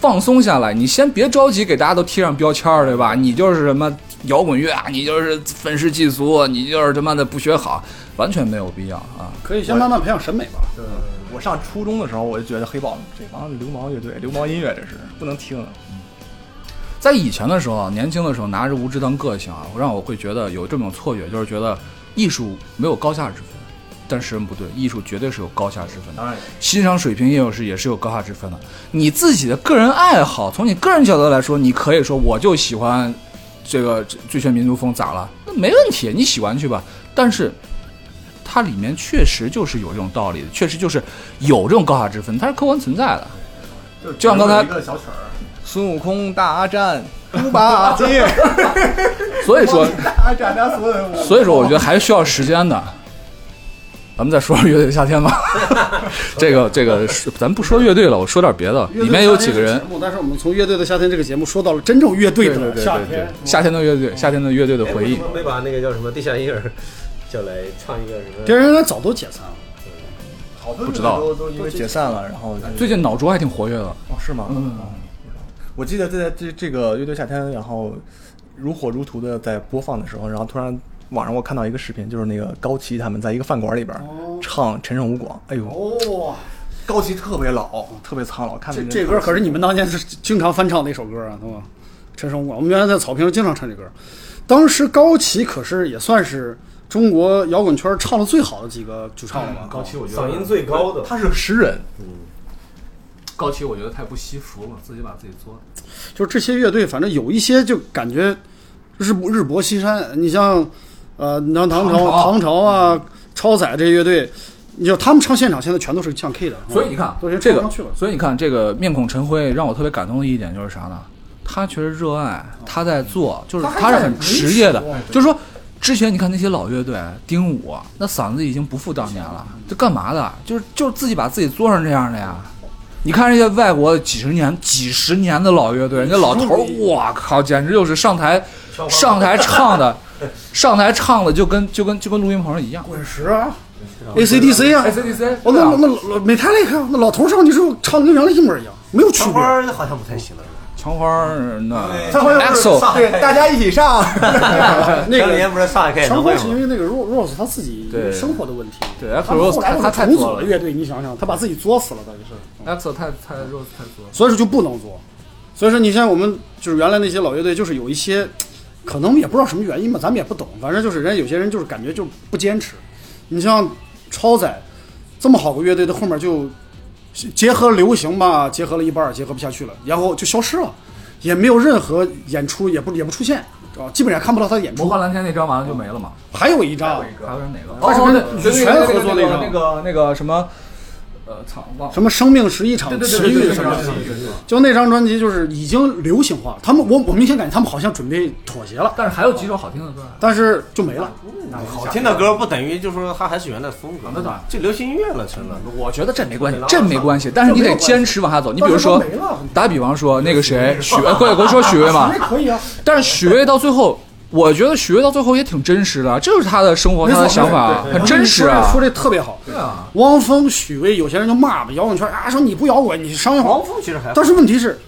[SPEAKER 1] 放松下来。你先别着急给大家都贴上标签儿，对吧？你就是什么摇滚乐啊，你就是愤世嫉俗，你就是他妈的不学好，完全没有必要啊。
[SPEAKER 3] 可以先慢慢培养审美吧。
[SPEAKER 2] 我上初中的时候，我就觉得黑豹这帮流氓乐队、流氓音乐，这是不能听。
[SPEAKER 1] 在以前的时候啊，年轻的时候拿着无知当个性啊，让我会觉得有这么种错觉，就是觉得艺术没有高下之分。但是不对，艺术绝对是有高下之分的。
[SPEAKER 5] 当然有
[SPEAKER 1] 欣赏水平也有是也是有高下之分的。你自己的个人爱好，从你个人角度来说，你可以说我就喜欢这个这最炫民族风，咋了？那没问题，你喜欢去吧。但是它里面确实就是有这种道理的，确实就是有这种高下之分，它是客观存在的。就像刚才
[SPEAKER 4] 一个小曲儿，
[SPEAKER 2] 孙悟空大战猪八戒，
[SPEAKER 1] 所以说，
[SPEAKER 2] 大战他孙悟空。
[SPEAKER 1] 所以说我觉得还需要时间的。咱们再说说乐队的夏天吧，这个这个是咱不说乐队了，我说点别的。里面有几个人
[SPEAKER 3] 乐队的夏天是节，目但是我们从《乐队的夏天》这个节目说到了真正乐队
[SPEAKER 1] 对对
[SPEAKER 3] 的
[SPEAKER 1] 对
[SPEAKER 3] 夏
[SPEAKER 1] 对对
[SPEAKER 3] 天。，
[SPEAKER 1] 夏天的乐队，夏天的乐队的
[SPEAKER 5] 哎
[SPEAKER 1] 回忆
[SPEAKER 5] 为什。么没把那个叫什么地下音儿叫来唱一个什么？
[SPEAKER 3] 别人应该早都解散了。
[SPEAKER 2] 好多
[SPEAKER 1] 不知道
[SPEAKER 2] 乐队都都因为解散了，然后
[SPEAKER 1] 最近脑浊还挺活跃的，
[SPEAKER 2] 哦是吗？嗯，我记得在这这个乐队夏天，然后如火如荼的在播放的时候，然后突然网上我看到一个视频，就是那个高旗他们在一个饭馆里边唱《陈胜吴广》，哎呦，
[SPEAKER 3] 哦，
[SPEAKER 2] 高旗特别老，特别苍老，看
[SPEAKER 3] 这这歌可是你们当年是经常翻唱的一首歌啊，对吧？陈升广，我们原来在草坪上经常唱这歌。当时高旗可是也算是中国摇滚圈唱的最好的几个主唱了
[SPEAKER 1] 嗯
[SPEAKER 3] 吧？
[SPEAKER 6] 哦高旗我觉得
[SPEAKER 5] 嗓音最高的，
[SPEAKER 2] 他是诗人，
[SPEAKER 6] 高旗我觉得太不惜福了，自己把自己作的。
[SPEAKER 3] 就是这些乐队，反正有一些就感觉日不日薄西山。你像呃，你像唐
[SPEAKER 1] 唐
[SPEAKER 3] 朝、
[SPEAKER 1] 朝
[SPEAKER 3] 唐朝啊、超载这些乐队，你就他们唱现场现在全都是像 K 的，
[SPEAKER 1] 所以你看
[SPEAKER 3] 嗯都已经
[SPEAKER 1] 这
[SPEAKER 3] 唱不
[SPEAKER 1] 个
[SPEAKER 3] 上去了，。
[SPEAKER 1] 所以你看这个面孔陈辉让我特别感动的一点就是啥呢？他确实热爱，
[SPEAKER 3] 哦
[SPEAKER 1] 他在做，就是他是很职业的，就是说。之前你看那些老乐队，丁武那嗓子已经不复当年了，这干嘛的？就是就是自己把自己做成这样的呀。你看人家外国几十年、几十年的老乐队，人家老头儿，哇靠，简直就是上台上台唱 的，上台唱的就跟就跟就跟录音棚上一样。
[SPEAKER 3] 滚石啊，ACDC 啊，
[SPEAKER 1] CDC，
[SPEAKER 3] 我那那那美泰那个那老头上去之后唱的跟原来一模一样，没有区
[SPEAKER 5] 唱
[SPEAKER 3] 别
[SPEAKER 5] 花。儿好像不太行了，是吧
[SPEAKER 1] 墙花儿那
[SPEAKER 2] 他会
[SPEAKER 1] EXO
[SPEAKER 2] 对大家一起上，
[SPEAKER 3] 那
[SPEAKER 5] 前两
[SPEAKER 3] 个
[SPEAKER 5] 年不是上海开演
[SPEAKER 3] 全
[SPEAKER 5] 唱会
[SPEAKER 3] 国是因
[SPEAKER 5] 吗？
[SPEAKER 3] 为那个 Ro- Rose 他自己
[SPEAKER 1] 对
[SPEAKER 3] 生活的问题，
[SPEAKER 1] 对
[SPEAKER 3] 他
[SPEAKER 1] Axl
[SPEAKER 3] 们
[SPEAKER 1] Rose
[SPEAKER 3] 后来
[SPEAKER 1] 他他太
[SPEAKER 3] 重组
[SPEAKER 1] 作了
[SPEAKER 3] 了乐队，你想想，他把自己作死了，等于是，
[SPEAKER 1] ，EXO 太太 Rose 太多了。
[SPEAKER 3] 所以说就不能作。所以说你像我们就是原来那些老乐队，就是有一些，可能也不知道什么原因吧，咱们也不懂，反正就是人家有些人就是感觉就不坚持。你像超载这么好个乐队，的后面就结合流行吧，结合了一半儿，结合不下去了，然后就消失了，也没有任何演出，也不也不出现，啊，基本上也看不到他演
[SPEAKER 1] 魔
[SPEAKER 3] 出。
[SPEAKER 1] 幻蓝天那张完了就没了嘛？
[SPEAKER 3] 还有一张
[SPEAKER 1] 还有哪个？
[SPEAKER 3] 二十分
[SPEAKER 1] 哦对
[SPEAKER 3] 全
[SPEAKER 1] 对对
[SPEAKER 3] 合作
[SPEAKER 1] 对对
[SPEAKER 3] 那张
[SPEAKER 1] 那个那个什么，呃，操，忘了。
[SPEAKER 3] 什么生命是一场奇遇什么
[SPEAKER 1] 对
[SPEAKER 3] 的，
[SPEAKER 1] 对对对
[SPEAKER 3] 就那张专辑就是已经流行化了。他们我我明显感觉他们好像准备妥协了，
[SPEAKER 1] 但是还有几首好听的歌啊。
[SPEAKER 3] 但是就没了。
[SPEAKER 5] 好哦听的歌不等于就是说它还是原来风格，
[SPEAKER 1] 那当然
[SPEAKER 5] 就流行音乐了成了。
[SPEAKER 1] 我觉得这没关系，这没关系。但是你得坚持往下走。你比如
[SPEAKER 3] 但
[SPEAKER 1] 说
[SPEAKER 3] 是都没了，
[SPEAKER 1] 打比方说那个谁，许呃可以给我说许巍嘛
[SPEAKER 3] 那？可以啊，
[SPEAKER 1] 但是许巍到最后，我觉得许巍到最后也挺真实的，这就是他的生活，
[SPEAKER 3] 没
[SPEAKER 1] 他
[SPEAKER 3] 错
[SPEAKER 1] 的想法啊，
[SPEAKER 3] 对对
[SPEAKER 1] 很真实啊
[SPEAKER 3] 你。说这说这特别好。
[SPEAKER 1] 对啊，
[SPEAKER 3] 汪峰、许巍，有些人就骂吧，摇滚圈啊，说你不摇滚，你商业化
[SPEAKER 5] 王。峰其实还好
[SPEAKER 3] 但是问题是，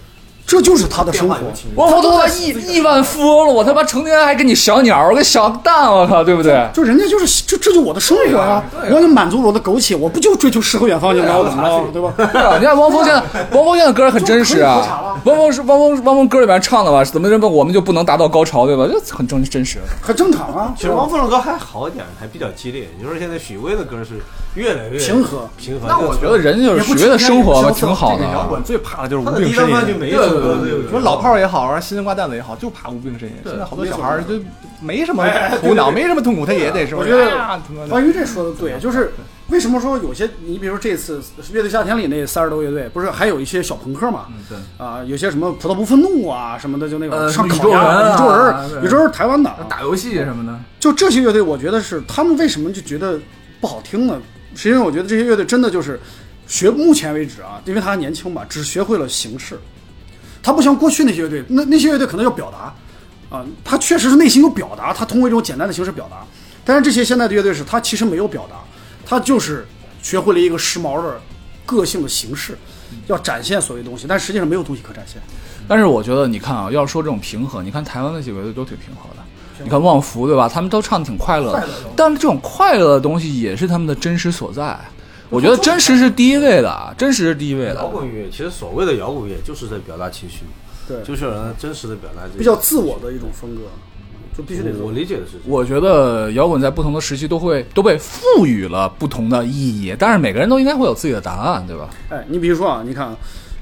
[SPEAKER 3] 这就是他的生活。
[SPEAKER 1] 我我都他妈亿亿万富翁了，我他妈成天还跟你小鸟，我跟小蛋，我靠，对不对？
[SPEAKER 3] 就人家就是这，这就我的生活
[SPEAKER 1] 啊
[SPEAKER 3] 呀、我就满足了我的苟且，我不就追求诗和远方就高怎么着，对吧？
[SPEAKER 1] 对啊，你看汪峰 现在，汪峰现在歌很真实啊。汪峰是汪峰，汪峰歌里面唱的吧？怎么这么我们就不能达到高潮，对吧？这很真真实。
[SPEAKER 3] 很正常啊。
[SPEAKER 5] 其实王峰的歌还好一点，还比较激烈。你说现在许巍的歌是越来越
[SPEAKER 3] 平和
[SPEAKER 5] 平和。
[SPEAKER 2] 那我
[SPEAKER 5] 就
[SPEAKER 1] 觉得人就是许巍的生活嘛，挺好的
[SPEAKER 2] 摇
[SPEAKER 1] 啊。
[SPEAKER 2] 滚最怕的就是
[SPEAKER 5] 他
[SPEAKER 2] 无
[SPEAKER 5] 的
[SPEAKER 2] 病
[SPEAKER 5] 第一
[SPEAKER 2] 呻
[SPEAKER 5] 张专辑
[SPEAKER 2] 吟。
[SPEAKER 5] 每一首歌都有
[SPEAKER 2] 你说老炮儿也好，啊，新瓜蛋子也好，就怕无病呻吟。现在好多小孩儿就没什么苦恼，没什么痛苦，他也得是吧。
[SPEAKER 3] 我觉得
[SPEAKER 2] 啊他妈的
[SPEAKER 3] 关于这说的
[SPEAKER 1] 嗯
[SPEAKER 3] 对，就是为什么说有些你比如说这次《乐队夏天》里那三十多乐队，不是还有一些小朋克嘛？
[SPEAKER 1] 嗯对
[SPEAKER 3] 啊，有些什么葡萄不愤怒啊什么的，就那
[SPEAKER 1] 呃
[SPEAKER 3] 种上
[SPEAKER 1] 宇
[SPEAKER 3] 烤
[SPEAKER 1] 宙
[SPEAKER 3] 鸭
[SPEAKER 1] 人啊
[SPEAKER 3] 宇宙
[SPEAKER 1] 对
[SPEAKER 3] 人，宇宙人是台湾的啊。
[SPEAKER 1] 打游戏什么的，
[SPEAKER 3] 就这些乐队，我觉得是他们为什么就觉得不好听呢？是因为我觉得这些乐队真的就是学目前为止啊，因为他还年轻嘛，只学会了形式，他不像过去那些乐队，那那些乐队可能要表达啊，他确实是内心有表达，他通过一种简单的形式表达。但是这些现在的乐队是，他其实没有表达，他就是学会了一个时髦的个性的形式，要展现所谓东西，但实际上没有东西可展现。
[SPEAKER 1] 但是我觉得，你看啊，要说这种平和，你看台湾那几个乐队都挺平和的。你看旺福对吧？他们都唱的挺快乐的，但是这种快乐的东西也是他们的真实所在。我觉得真实是第一位的啊，真实是第一位
[SPEAKER 5] 摇
[SPEAKER 1] 的。
[SPEAKER 5] 滚乐，其实所谓的摇滚乐就是在表达情绪，
[SPEAKER 3] 对，
[SPEAKER 5] 就是让人真实的表达自己。
[SPEAKER 3] 比较自我的一种风格，就必须得
[SPEAKER 5] 我，我理解的是这 样，
[SPEAKER 1] 我觉得摇滚在不同的时期都会都被赋予了不同的意义，但是每个人都应该会有自己的答案，对吧？
[SPEAKER 3] 哎，你比如说啊，你看，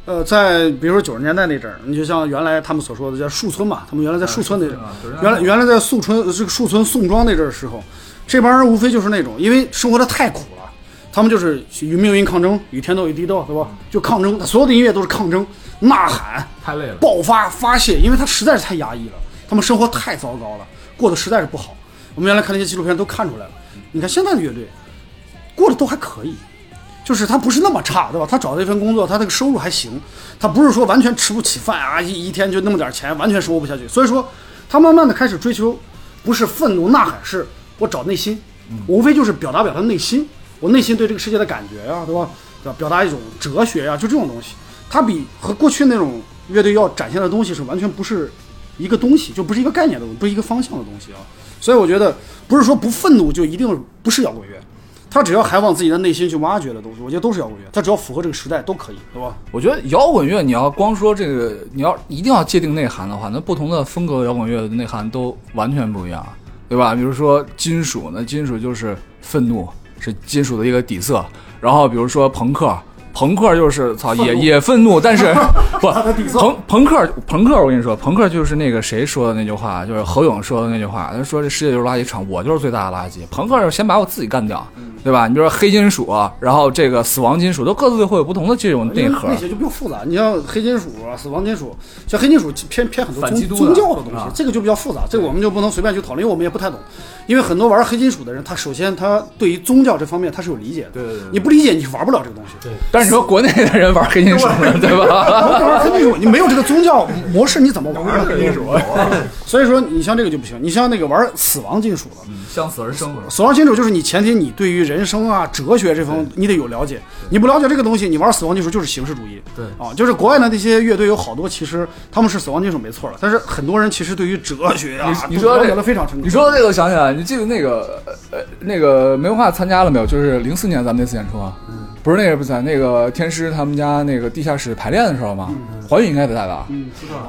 [SPEAKER 3] 呃，在比如说九十年代那阵儿，你就像原来他们所说的叫树村嘛，他们原来在树村那阵
[SPEAKER 6] 啊
[SPEAKER 3] 儿，原来原来在宿村呃这个树村宋庄那阵儿时候，这帮人无非就是那种，因为生活的太苦了，他们就是与命运抗争，与天斗与地斗，对吧？就抗争，所有的音乐都是抗争、呐喊、
[SPEAKER 6] 嗯太累了。
[SPEAKER 3] 爆发发泄，因为他实在是太压抑了，他们生活太糟糕了，过得实在是不好。我们原来看那些纪录片都看出来了，你看现在的乐队过得都还可以，就是他不是那么差，对吧？他找到一份工作，他这个收入还行，他不是说完全吃不起饭啊，一一天就那么点钱，完全生活不下去。所以说，他慢慢的开始追求，不是愤怒呐喊，是我找内心，我无非就是表达表达内心，我内心对这个世界的感觉啊呀、对吧？对吧？表达一种哲学呀、就这种东西，它比和过去那种乐队要展现的东西是完全不是一个东西，就不是一个概念的东西，不是一个方向的东西啊。所以我觉得不是说不愤怒就一定不是摇滚乐，他只要还往自己的内心去挖掘的东西，我觉得都是摇滚乐。他只要符合这个时代都可以，对吧？
[SPEAKER 1] 我觉得摇滚乐，你要光说这个，你要一定要界定内涵的话，那不同的风格的摇滚乐的内涵都完全不一样，对吧？比如说金属，那金属就是愤怒，是金属的一个底色。然后比如说朋克， 朋克就是操也也愤怒，但是不朋朋克朋克，我跟你说，朋克就是那个谁说的那句话，就是何勇说的那句话，他说这世界就是垃圾场，我就是最大的垃圾。朋克是先把我自己干掉，对吧？你比如说黑金属啊，然后这个死亡金属都各自会有不同的这种内核。
[SPEAKER 3] 那些就比较复杂。你像黑金属啊、死亡金属，像黑金属偏偏很多
[SPEAKER 6] 反
[SPEAKER 3] 宗
[SPEAKER 6] 基督的
[SPEAKER 3] 宗教的东西
[SPEAKER 6] 啊，
[SPEAKER 3] 这个就比较复杂，这个我们就不能随便去讨论，因为我们也不太懂。因为很多玩黑金属的人，他首先他对于宗教这方面他是有理解的，
[SPEAKER 6] 对对对
[SPEAKER 3] 你不理解你是玩不了这个东西。对，
[SPEAKER 1] 但是你说国内的人玩黑金属呢，对 吧？
[SPEAKER 3] 玩黑金属，你没有这个宗教模式，你怎么玩黑金属？所以说，你像这个就不行，你像那个玩死亡金属的，
[SPEAKER 6] 向死而生是吧？
[SPEAKER 3] 死亡金属就是你前提你对于人生啊、哲学这方面你得有了解，你不了解这个东西，你玩死亡金属就是形式主义。
[SPEAKER 6] 对
[SPEAKER 3] 啊，就是国外的那些乐队有好多其实他们是死亡金属没错了，但是很多人其实对于哲学啊，
[SPEAKER 1] 你你说这
[SPEAKER 3] 都了解的非常深刻。
[SPEAKER 1] 你说到这个，我想起来，你记得那个呃呃那个梅文化参加了没有？就是零四年咱们那次演出啊，
[SPEAKER 6] 嗯
[SPEAKER 1] 不是那个不是在那个天师他们家那个地下室排练的时候吗？
[SPEAKER 6] 嗯
[SPEAKER 1] 环宇应该不在吧？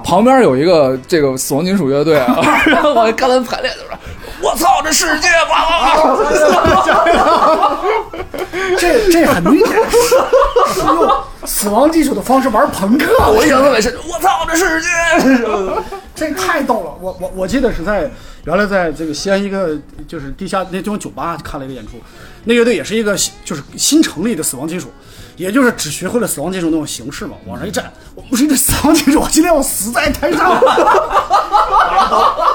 [SPEAKER 1] 旁边有一个这个死亡金属乐 队啊，然后我看他们排练的时候，我操，这世界哇哇哇！
[SPEAKER 3] 这这很明显是是用死亡金属的方式玩朋克，
[SPEAKER 1] 我一想到也是，我操，这世界！
[SPEAKER 3] 这太逗了！我我我记得是在原来在这个西安一个就是地下那种酒吧看了一个演出，那乐队也是一个新就是新成立的死亡金属，也就是只学会了死亡金属那种形式嘛，往上一站，我不是一个死亡金属，我今天我死在台上了，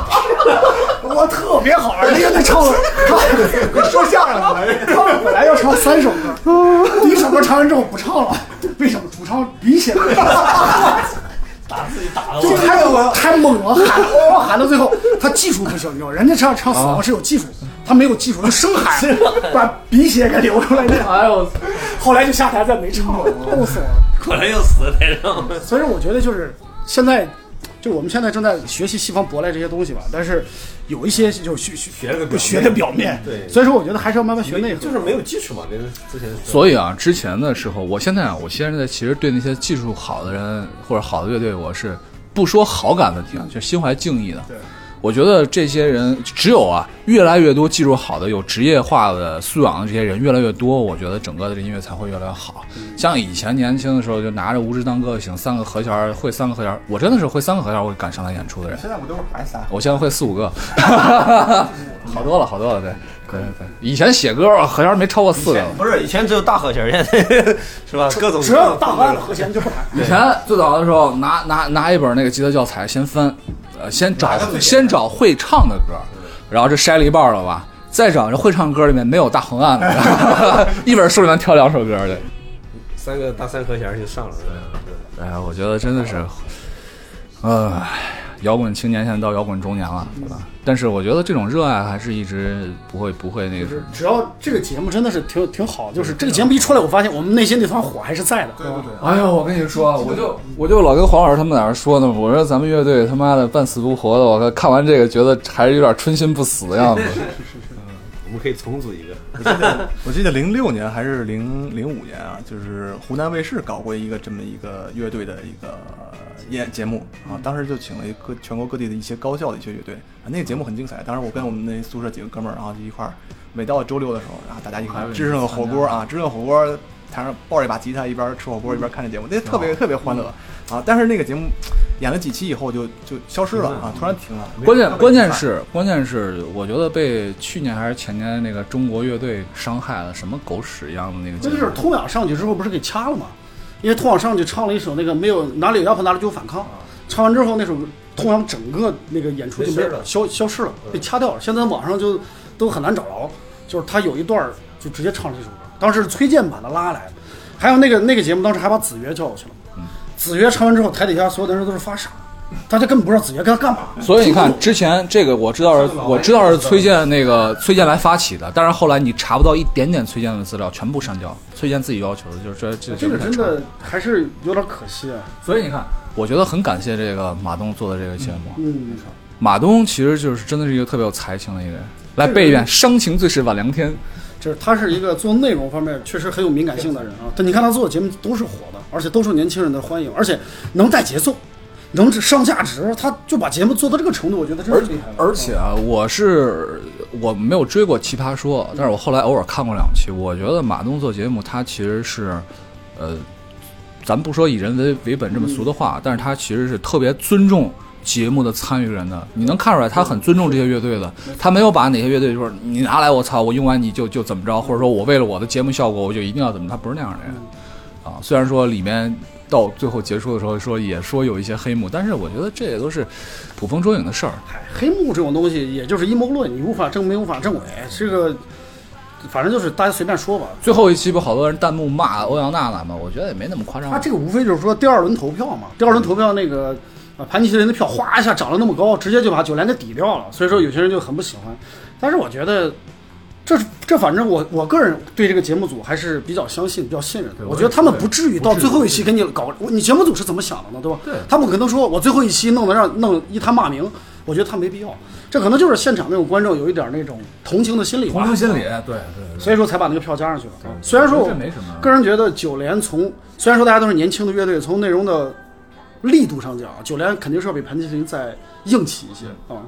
[SPEAKER 3] 我特别好玩，那乐队唱了， 他说相声的，他们本来要唱三首歌，第一首歌唱完之后不唱了，为什么主唱鼻血了？就太太猛了，喊哇喊到最后，他技术不行，你知道，人家唱唱死亡是有技术，他没有技术，就生喊，把鼻血给流出来那样。
[SPEAKER 6] 哎呦，
[SPEAKER 3] 后来就下台再没唱了，逗死我了。
[SPEAKER 5] 果然又死在台上了。
[SPEAKER 3] 所以我觉得就是现在，就是我们现在正在学习西方舶来这些东西吧，但是有一些就学学
[SPEAKER 5] 学了个表面
[SPEAKER 3] 学的表面，
[SPEAKER 5] 对
[SPEAKER 3] 所以说我觉得还是要慢慢学内核，
[SPEAKER 5] 就是没有基础嘛，跟之前说。
[SPEAKER 1] 所以啊，之前的时候，我现在啊，我现在其实对那些技术好的人或者好的乐队，我是不说好感问题啊，就心怀敬意的。对，我觉得这些人只有啊，越来越多技术好的、有职业化的素养的这些人越来越多，我觉得整个的这音乐才会越来越好。像以前年轻的时候，就拿着无知当歌行，三个和弦儿会三个和弦儿，我真的是会三个和弦儿，我敢上来演出的人。
[SPEAKER 2] 现在不都是还仨？
[SPEAKER 1] 我现在会四五个，好多了，好多了，对。对对，以前写歌啊和弦儿没超过四个，
[SPEAKER 5] 不是以前只有大和弦，现在 是吧？各种
[SPEAKER 3] 只要有大腕的和弦就不弹。
[SPEAKER 1] 以前最早的时候，拿拿拿一本那个吉他教材先翻，呃，先找先找会唱的歌，然后这筛了一半了吧，再找人会唱歌里面没有大横按的， 一本书里面挑两首歌的。
[SPEAKER 5] 三个大三和弦就上了。
[SPEAKER 1] 哎呀，我觉得真的是，呃，摇滚青年现在到摇滚中年了，对吧？但是我觉得这种热爱还是一直不会不会那个什么。
[SPEAKER 3] 只要这个节目真的是挺挺好，就是这个节目一出来，我发现我们内心那团火还是在的。对对
[SPEAKER 1] 哎呦，我跟你说，我就我就老跟黄老师他们在那儿说呢，我说咱们乐队他妈的半死不活的，我看完这个觉得还是有点春心不死的样子。
[SPEAKER 5] 我们可以重组一个，
[SPEAKER 2] 我记得零六年还是零零五年啊，就是湖南卫视搞过一个这么一个乐队的一个演节目啊，当时就请了一个全国各地的一些高校的一些乐队，啊、那个节目很精彩。当时我跟我们那宿舍几个哥们儿，然后啊就一块儿，每到周六的时候，啊然后大家一块儿支上个火锅啊，支上个火锅，台上抱着一把吉他，一边吃火锅一边看着节目，那特别特别欢乐啊。但是那个节目演了几期以后就就消失了啊，突然停了。
[SPEAKER 1] 关键关键是关键是，我觉得被去年还是前年那个中国乐队伤害了，什么狗屎一样的那个节
[SPEAKER 3] 这
[SPEAKER 1] 目。
[SPEAKER 3] 就是通雅上去之后不是给掐了吗？因为通雅上去唱了一首那个没有哪里有药盆哪里就有反
[SPEAKER 5] 啊
[SPEAKER 3] 抗，唱完之后那首通雅整个那个演出就没
[SPEAKER 5] 没事了嗯
[SPEAKER 3] 消消失了，被掐掉了。现在网上就都很难找着，就是他有一段儿就直接唱了这首歌，当时是崔健把他拉来的，还有那个那个节目当时还把子曰叫过去了，
[SPEAKER 5] 嗯
[SPEAKER 3] 子曰唱完之后台底下所有的人都是发 傻，大家根本不知道子曰跟他干嘛。
[SPEAKER 1] 所以你看，之前这个我知道是我知道是崔健那个崔健来发起的，但是后来你查不到一点点崔健的资料，全部删掉。崔健自己要求的，就是这这
[SPEAKER 3] 这个
[SPEAKER 1] 太
[SPEAKER 3] 真
[SPEAKER 1] 差了
[SPEAKER 3] 的还是有点可惜啊，
[SPEAKER 1] 所以你看，我觉得很感谢这个马东做的这个节目。
[SPEAKER 3] 嗯，
[SPEAKER 1] 马东其实就是真的是一个特别有才情的一个人。来背一遍“伤情最是晚凉天
[SPEAKER 3] 就是他是一个做内容方面确实很有敏感性的人啊。但你看他做的节目都是火的，而且都受年轻人的欢迎，而且能带节奏，能上价值，他就把节目做到这个程度，我觉得真是厉害”，了。
[SPEAKER 1] 而且啊，我是我没有追过《奇葩说》，但是我后来偶尔看过两期。我觉得马东做节目，他其实是，呃，咱不说以人为为本这么俗的话，但是他其实是特别尊重节目的参与人的。你能看出来，他很尊重这些乐队的，他没有把哪些乐队说你拿来我操，我用完你就就怎么着，或者说我为了我的节目效果我就一定要怎么，他不是那样的人啊。虽然说里面到最后结束的时候说也说有一些黑幕，但是我觉得这也都是捕风捉影的事儿。
[SPEAKER 3] 嗨嗯黑幕这种东西，也就是阴谋论，你无法证明，无法证伪，这个反正就是大家随便说吧。
[SPEAKER 1] 最后一期不好多人弹幕骂欧阳娜娜吗？我觉得也没那么夸张
[SPEAKER 3] 他。这个无非就是说第二轮投票嘛，第二轮投票那个啊，盘尼西林的票哗一下涨了那么高，直接就把九连给抵掉了，所以说有些人就很不喜欢。但是我觉得这是这反正我我个人对这个节目组还是比较相信、比较信任的。我觉得他们不至于到最后一期给你搞，你节目组是怎么想的呢？对吧？对他们可能说我最后一期弄得让弄一滩骂名，我觉得他没必要。这可能就是现场那种观众有一点那种同情的心理吧，
[SPEAKER 6] 心理，对对
[SPEAKER 3] 所以说才把那个票加上去了。虽然说我
[SPEAKER 1] 哦这没什么啊
[SPEAKER 3] 个人觉得九连从虽然说大家都是年轻的乐队，从内容的力度上讲，九连肯定是要比盘尼西林再硬气一些
[SPEAKER 1] 嗯
[SPEAKER 3] 啊。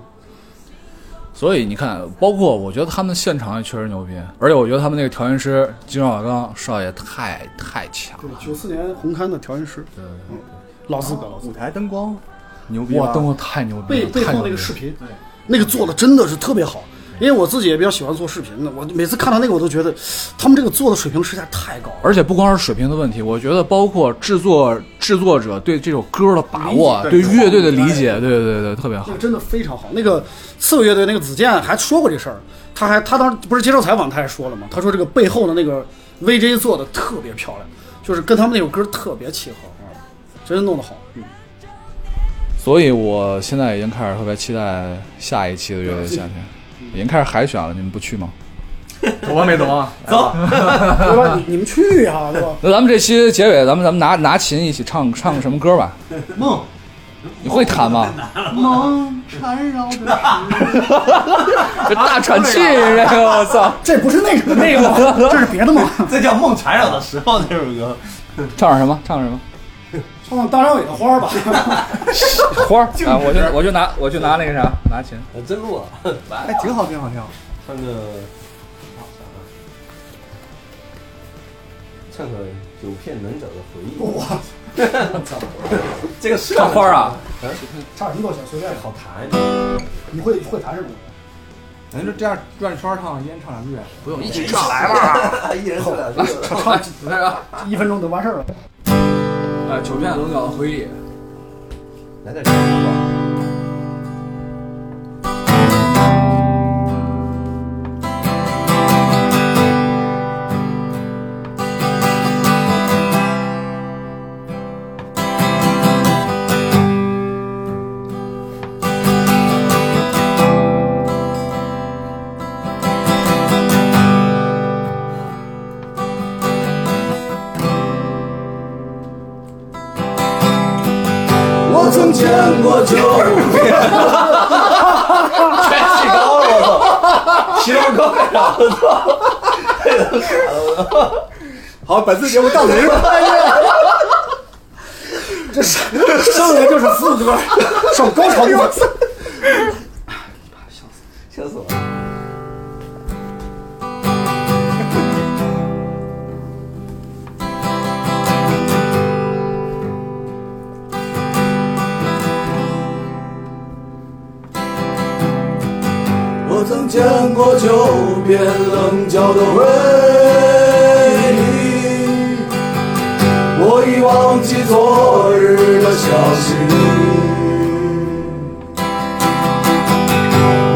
[SPEAKER 1] 所以你看，包括我觉得他们现场也确实牛逼，而且我觉得他们那个调音师金兆刚少爷太太强
[SPEAKER 3] 对
[SPEAKER 1] 了，。
[SPEAKER 3] 九四年红勘的调音师，嗯老资格老资
[SPEAKER 2] 舞
[SPEAKER 1] 哦
[SPEAKER 3] 格，
[SPEAKER 2] 台灯光牛逼吧
[SPEAKER 3] 啊
[SPEAKER 1] 哇，灯光太牛逼
[SPEAKER 3] 背
[SPEAKER 1] 了，
[SPEAKER 3] 背
[SPEAKER 1] 太
[SPEAKER 3] 后
[SPEAKER 1] 牛逼
[SPEAKER 3] 那个
[SPEAKER 1] 了
[SPEAKER 3] 视频，那个做的真的是特别好。因为我自己也比较喜欢做视频的，我每次看到那个我都觉得，他们这个做的水平实在太高了。
[SPEAKER 1] 而且不光是水平的问题，我觉得包括制作制作者对这首歌的把握，
[SPEAKER 3] 嗯
[SPEAKER 1] 对乐队的理解，对对对对，特别好
[SPEAKER 3] 那个。真的非常好。那个刺猬乐队那个子健还说过这事儿，他还他当时不是接受采访，他还说了嘛，他说这个背后的那个 VJ 做的特别漂亮，就是跟他们那首歌特别契合啊，真弄得好。嗯，
[SPEAKER 1] 所以我现在已经开始特别期待下一期的乐队夏天，
[SPEAKER 3] 嗯
[SPEAKER 1] 已经开始海选了，你们 不去吗？
[SPEAKER 6] 懂啊没懂啊？
[SPEAKER 3] 对吧？你你们去呀、对吧？
[SPEAKER 1] 那咱们这期结尾，咱们咱们拿拿琴一起唱唱个什么歌吧？梦，你会弹吗？梦缠绕着这大喘气，这个我操！
[SPEAKER 3] 这不是那个 那个吗，这是别的吗？
[SPEAKER 5] 这叫梦缠绕的时候这首歌，
[SPEAKER 1] 唱点什么？唱点什么？
[SPEAKER 3] 唱唱大张伟的花儿吧。
[SPEAKER 1] 花儿啊！我就我就拿我就拿那个啥，拿琴。
[SPEAKER 5] 呃真录啊，
[SPEAKER 2] 哎，挺好，挺好，挺好。
[SPEAKER 5] 唱个，唱个九片能者的回忆。我 操！这个是
[SPEAKER 1] 唱花儿啊？
[SPEAKER 3] 唱什么都行，随便
[SPEAKER 5] 好弹，啊
[SPEAKER 3] 你会会弹什么？
[SPEAKER 2] 咱就这样转圈儿唱，一人唱两句呗。
[SPEAKER 6] 不用一起上来吧。
[SPEAKER 5] 啊一人唱两句。
[SPEAKER 6] 来，那个，
[SPEAKER 3] 一分钟就完事儿了。
[SPEAKER 6] 呃，九片棱角的回忆，
[SPEAKER 5] 来点唱歌吧。过九五遍，全起高了，我 操，起了高干啥？我操，
[SPEAKER 2] 好，本次节目到此结束。
[SPEAKER 3] 这上上来就是副 歌，上高潮部分。
[SPEAKER 5] 笑死我了！
[SPEAKER 1] 我曾见过九遍棱角的回忆，我已忘记昨日的消息。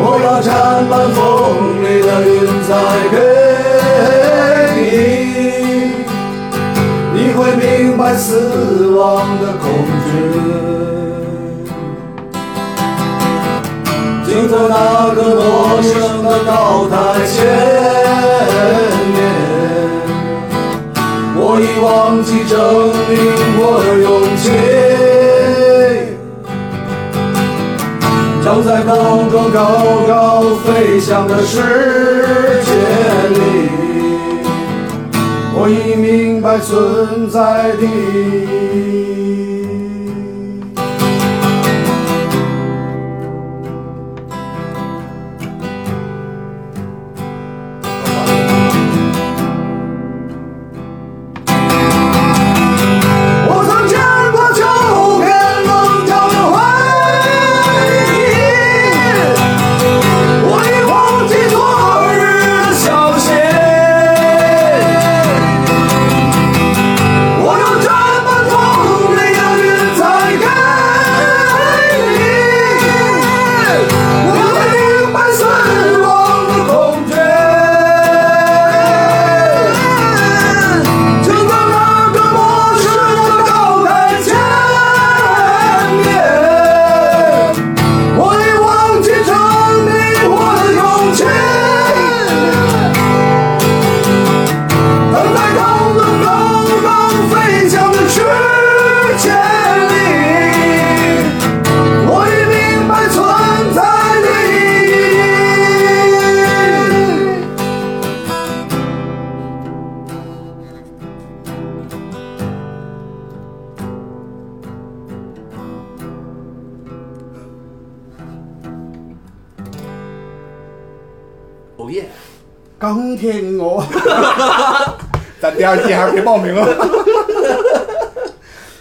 [SPEAKER 1] 我把缠满风里的云彩给你，你会明白死亡的恐惧。就在那个陌生的高台前面，我已忘记证明我的勇气。站在高高高高飞翔的世界里，我已明白存在的意义。我曾见过九片棱角的回忆，我已忘记昨日的消息。我用沾满风里的云彩给你，我会明白死亡的恐惧。就在那个陌生的高台前面，我已忘记证明我的勇气。等待高能高高飞翔的世界里，我已明白存在的意义。
[SPEAKER 5] 哦耶！
[SPEAKER 3] 钢铁我，
[SPEAKER 2] 咱第二季还是别报名了。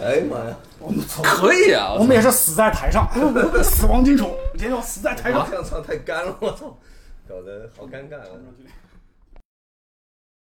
[SPEAKER 5] 哎呀妈呀！
[SPEAKER 7] 可以啊，
[SPEAKER 3] 我们也是死在台 上，死亡金属也要死在台上。
[SPEAKER 5] 这样唱太干了，我操，搞得好尴尬啊！